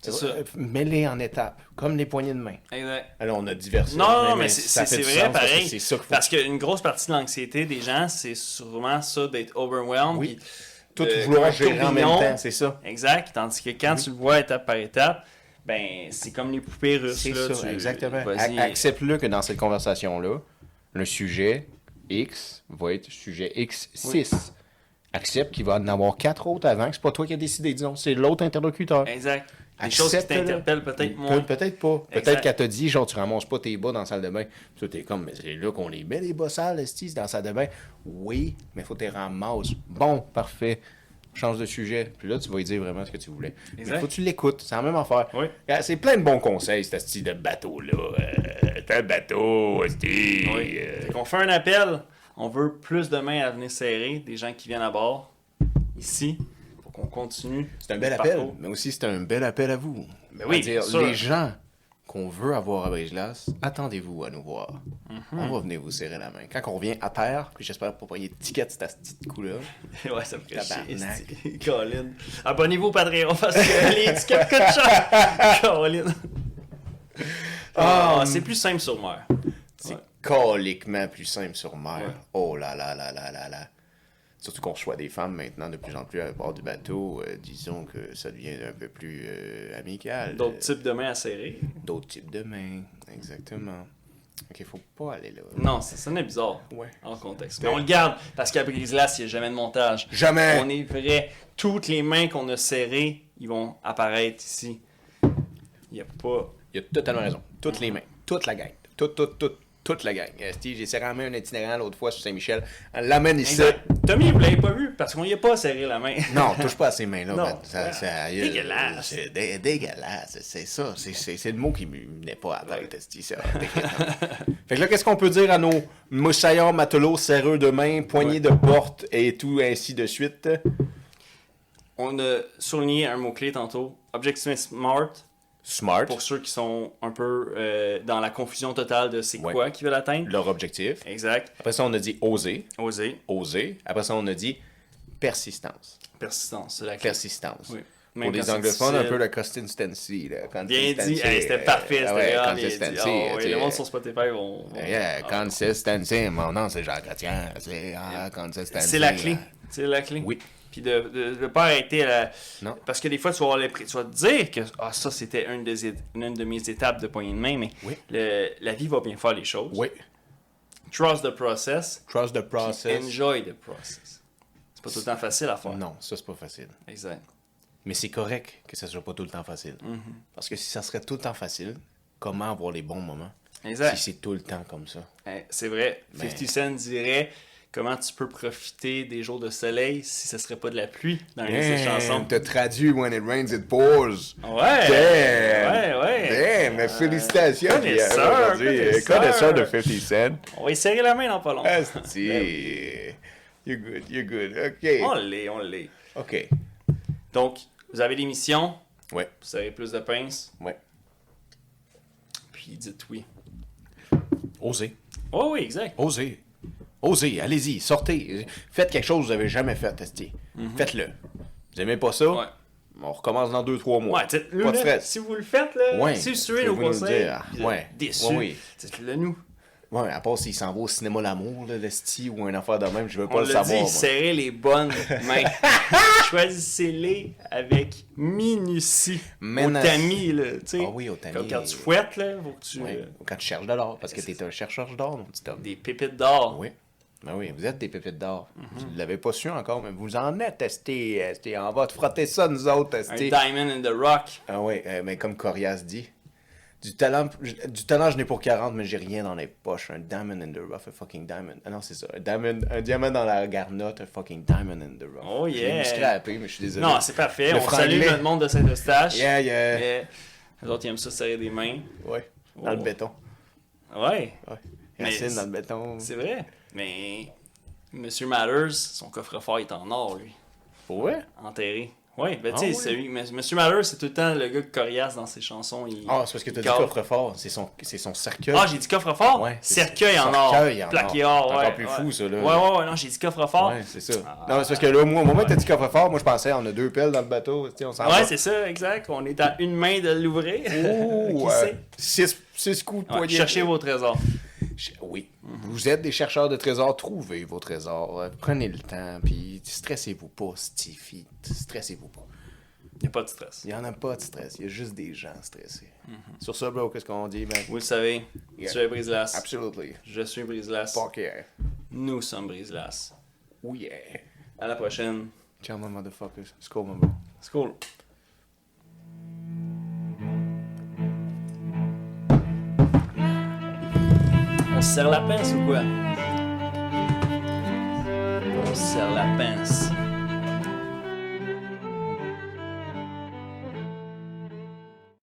C'est ça. Euh, Mets-les en étapes, comme les poignées de main. Exact. Alors, on a diversifié. Non, non, mais c'est ça c'est- fait du c'est vrai sens, parce que pareil. C'est ça qu'il faut Parce qu'une grosse partie de l'anxiété des gens, c'est sûrement ça d'être overwhelmed. Oui. puis tout de- vouloir un gérer en même tourbillon. temps, c'est ça. Exact. Tandis que quand tu le vois étape par étape, ben c'est comme les poupées russes. C'est là, ça, tu- exactement. vas-y. A- Accepte-le que dans cette conversation-là, le sujet X va être sujet X6. Accepte qu'il va en avoir quatre autres avant, que c'est pas toi qui as décidé, disons, c'est l'autre interlocuteur. Exact. Des choses qui Accepte-le. t'interpellent peut-être Pe- moins. Peut-être pas. Exact. Peut-être qu'elle t'a dit, genre, tu ramasses pas tes bas dans la salle de bain. Puis toi, t'es comme, mais c'est là qu'on les met, les bas sales, esti, c'est dans la salle de bain. Oui, mais faut que t'es ramasses. Bon, parfait. Change de sujet. Puis là, tu vas lui dire vraiment ce que tu voulais. Exact. Il faut que tu l'écoutes. C'est la même affaire. Oui. Ah, C'est plein de bons conseils, cet esti de bateau-là. Euh, T'es un bateau, esti. Oui. euh. Fait qu'on fait un appel. On veut plus de mains à venir serrer, des gens qui viennent à bord, ici, pour qu'on continue. C'est un bel le appel, parcours. mais aussi c'est un bel appel à vous. Mais oui, dire, sûr. les gens qu'on veut avoir à Brise-Glace, attendez-vous à nous voir. Mhm. On va venir vous serrer la main. Quand on revient à terre, puis j'espère pas payer de ticket c'est à ce petit coup-là. ouais, ça me fait chier. Tabarnak. c'est- Colin. Abonnez-vous au Patreon parce que les étiquettes coûtent cher. Colin. Um, Ah, c'est plus simple sur mer. C'est Ouais. coliquement plus simple sur mer. Ouais. Oh là là là là là là. Surtout qu'on reçoit des femmes maintenant de plus en plus à bord du bateau. euh, disons que ça devient un peu plus euh, amical. D'autres Euh, types de mains à serrer. D'autres types de mains. Exactement. Ok, faut pas aller là. Non, ça sonnait bizarre. Ouais. En contexte. Mais on le garde parce qu'à Brise-Glace, il n'y a jamais de montage. Jamais! On est vrai. Toutes les mains qu'on a serrées, ils vont apparaître ici. Il n'y a pas. Il a totalement raison. Toutes les mains. Toute la gang. Toute, toute, toute, toute la gang. Esti, j'ai serré la main un itinérant l'autre fois sur Saint-Michel. Elle l'amène ici. Exact. Tommy, vous l'avez pas vu parce qu'on n'y a pas serré la main. Non, touche pas à ces mains-là. Non. Ah, man. Ça- ça- Dégueulasse. C'est dé- dégueulasse. C'est ça. C'est- C'est c'est le mot qui me venait pas à la tête, esti, ça. Dégueulasse. fait que là, qu'est-ce qu'on peut dire à nos moussailleurs, matelots, serreux de main, poignées Ouais. de porte et tout ainsi de suite? On a souligné un mot-clé tantôt. Objective Smart. Smart. Pour ceux qui sont un peu euh, dans la confusion totale de c'est Ouais. quoi qu'ils veulent atteindre. Leur objectif. Exact. Après ça, on a dit oser. Oser. Oser. Après ça, on a dit persistance. Persistance. C'est la clé. persistance. Oui. Pour Même quand les c'est anglophones, un difficile. peu le consistency. Là, Bien consistency, dit, Hey, c'était euh, parfait, c'était ah ouais, vraiment bien dit. consistency, Oh, oui, tu le monde sais, sur Spotify vont. vont- euh, yeah, Ah, consistency, mon nom c'est Jean Chrétien. C'est euh, ah, consistency. C'est la clé. C'est la clé. Oui. Puis de ne pas arrêter à la. Non. Parce que des fois, tu vas, avoir les... tu vas te dire que ah, ça, c'était une, des... une de mes étapes de poignée de main, mais Oui. le- la vie va bien faire les choses. Oui. Trust the process. Trust the process. Enjoy the process. C'est pas tout le temps facile à faire. Non, ça c'est pas facile. Exact. Mais c'est correct que ça soit pas tout le temps facile. Mm-hmm. Parce que si ça serait tout le temps facile, comment avoir les bons moments Exact. si c'est tout le temps comme ça? Hein, C'est vrai. 50 Cent dirait comment tu peux profiter des jours de soleil si ce serait pas de la pluie dans les ses chansons. T'as traduit When It Rains, It Pours. Ouais. Damn! Ouais, ouais. Damn! mais félicitations! connaisseur, Pierre, aujourd'hui, euh, connaisseur. connaisseur de 50 Cent. On va y serrer la main dans pas longtemps. Ben Asti! You're good, you're good. On OK. l'est, on l'est. OK. Donc, vous avez l'émission, Ouais, vous savez plus de pinces, ouais. puis dites oui. Osez. Oh oui, exact. Osez. Osez, allez-y, sortez. Faites quelque chose que vous avez jamais fait, Asti. Faites-le. Vous aimez pas ça? Mhm. Ouais. On recommence dans 2-3 mois. Ouais, dites-le, Pas de là. stress. si vous le faites, là, Ouais, si vous suivez nos pouvez-vous nous le conseils, dire? vous êtes Ouais. déçus, Ouais, oui. dites-le nous. Ouais, à part s'il s'en va au cinéma l'amour, là, l'esti, ou un affaire de même, je veux pas On le l'a savoir. dit, moi. serrez les bonnes mains. Choisissez-les avec minutie. Menace. Au tamis, là, tu sais. Ah oui, au tamis. Comme quand tu fouettes, là, faut que tu... Ouais, euh, ou Quand tu cherches de l'or, parce que t'es un chercheur d'or, mon petit homme. des pépites d'or. Oui. Ben oui, vous êtes des pépites d'or. Vous ne l'avez pas su encore, mais vous en êtes testé. testé. On va te frotter ça, nous autres. Un testé. diamond in the rock. Ah oui, euh, mais comme Corias dit, du talent, du talent je n'ai pour 40, mais j'ai rien dans les poches. Un diamond in the rough, un fucking diamond. Ah non, c'est ça. Un, diamond, un diamond dans la garnotte, un fucking diamond in the rough. Oh, Je l'ai yeah. scrappé, mais je suis désolé. Non, c'est parfait. Le On salue franglais. le monde de Saint-Eustache. Yeah, Euh, yeah. Mais Les autres, ils aiment ça serrer des mains. Ouais, dans le Oh. béton. Ouais, Ouais. Mais Racine c'est- dans le béton. c'est vrai. Mais Monsieur Matters, son coffre-fort est en or, lui. Ouais? Enterré. Oui, ben Ah tu ouais? sais, celui- M- Monsieur Malheur, c'est tout le temps le gars coriace dans ses chansons. il- Ah, c'est parce que t'as il dit cave. coffre-fort. C'est son, c'est son cercueil. Ah, j'ai dit coffre-fort? Ouais, c'est- Cercueil en or. cercueil en Plaqué or. or, C'est ouais. encore plus ouais. fou, ça, là. Ouais, ouais, ouais, non, j'ai Ah. dit coffre-fort. Ouais, c'est ça. Non, mais c'est parce que là, moi, au moment où t'as dit coffre-fort, moi, je pensais, on a deux pelles dans le bateau. tu sais, On s'en ouais, va. c'est ça, exact. On est à une main de l'ouvrir. Oh, Qui euh, sait? six, six coups de Ouais, poignet. cherchez vos trésors. Ch- Oui. Vous êtes des chercheurs de trésors, trouvez vos trésors. Euh, Prenez le temps, puis stressez-vous pas, Stiffy. Stressez-vous pas. Il n'y a pas de stress. Il n'y en a pas de stress, il y a juste des gens stressés. Mhm. Sur ça, bro, qu'est-ce qu'on dit, man? Vous le savez, Yeah. tu es Brise-Glace. Absolutely. Je suis Brise-Glace. Fuck yeah. Nous sommes Brise-Glace. Oh yeah. À la prochaine. Ciao, my motherfuckers. Skull, my bro. C'est cool. On se serre la pince ou quoi? On se serre la pince.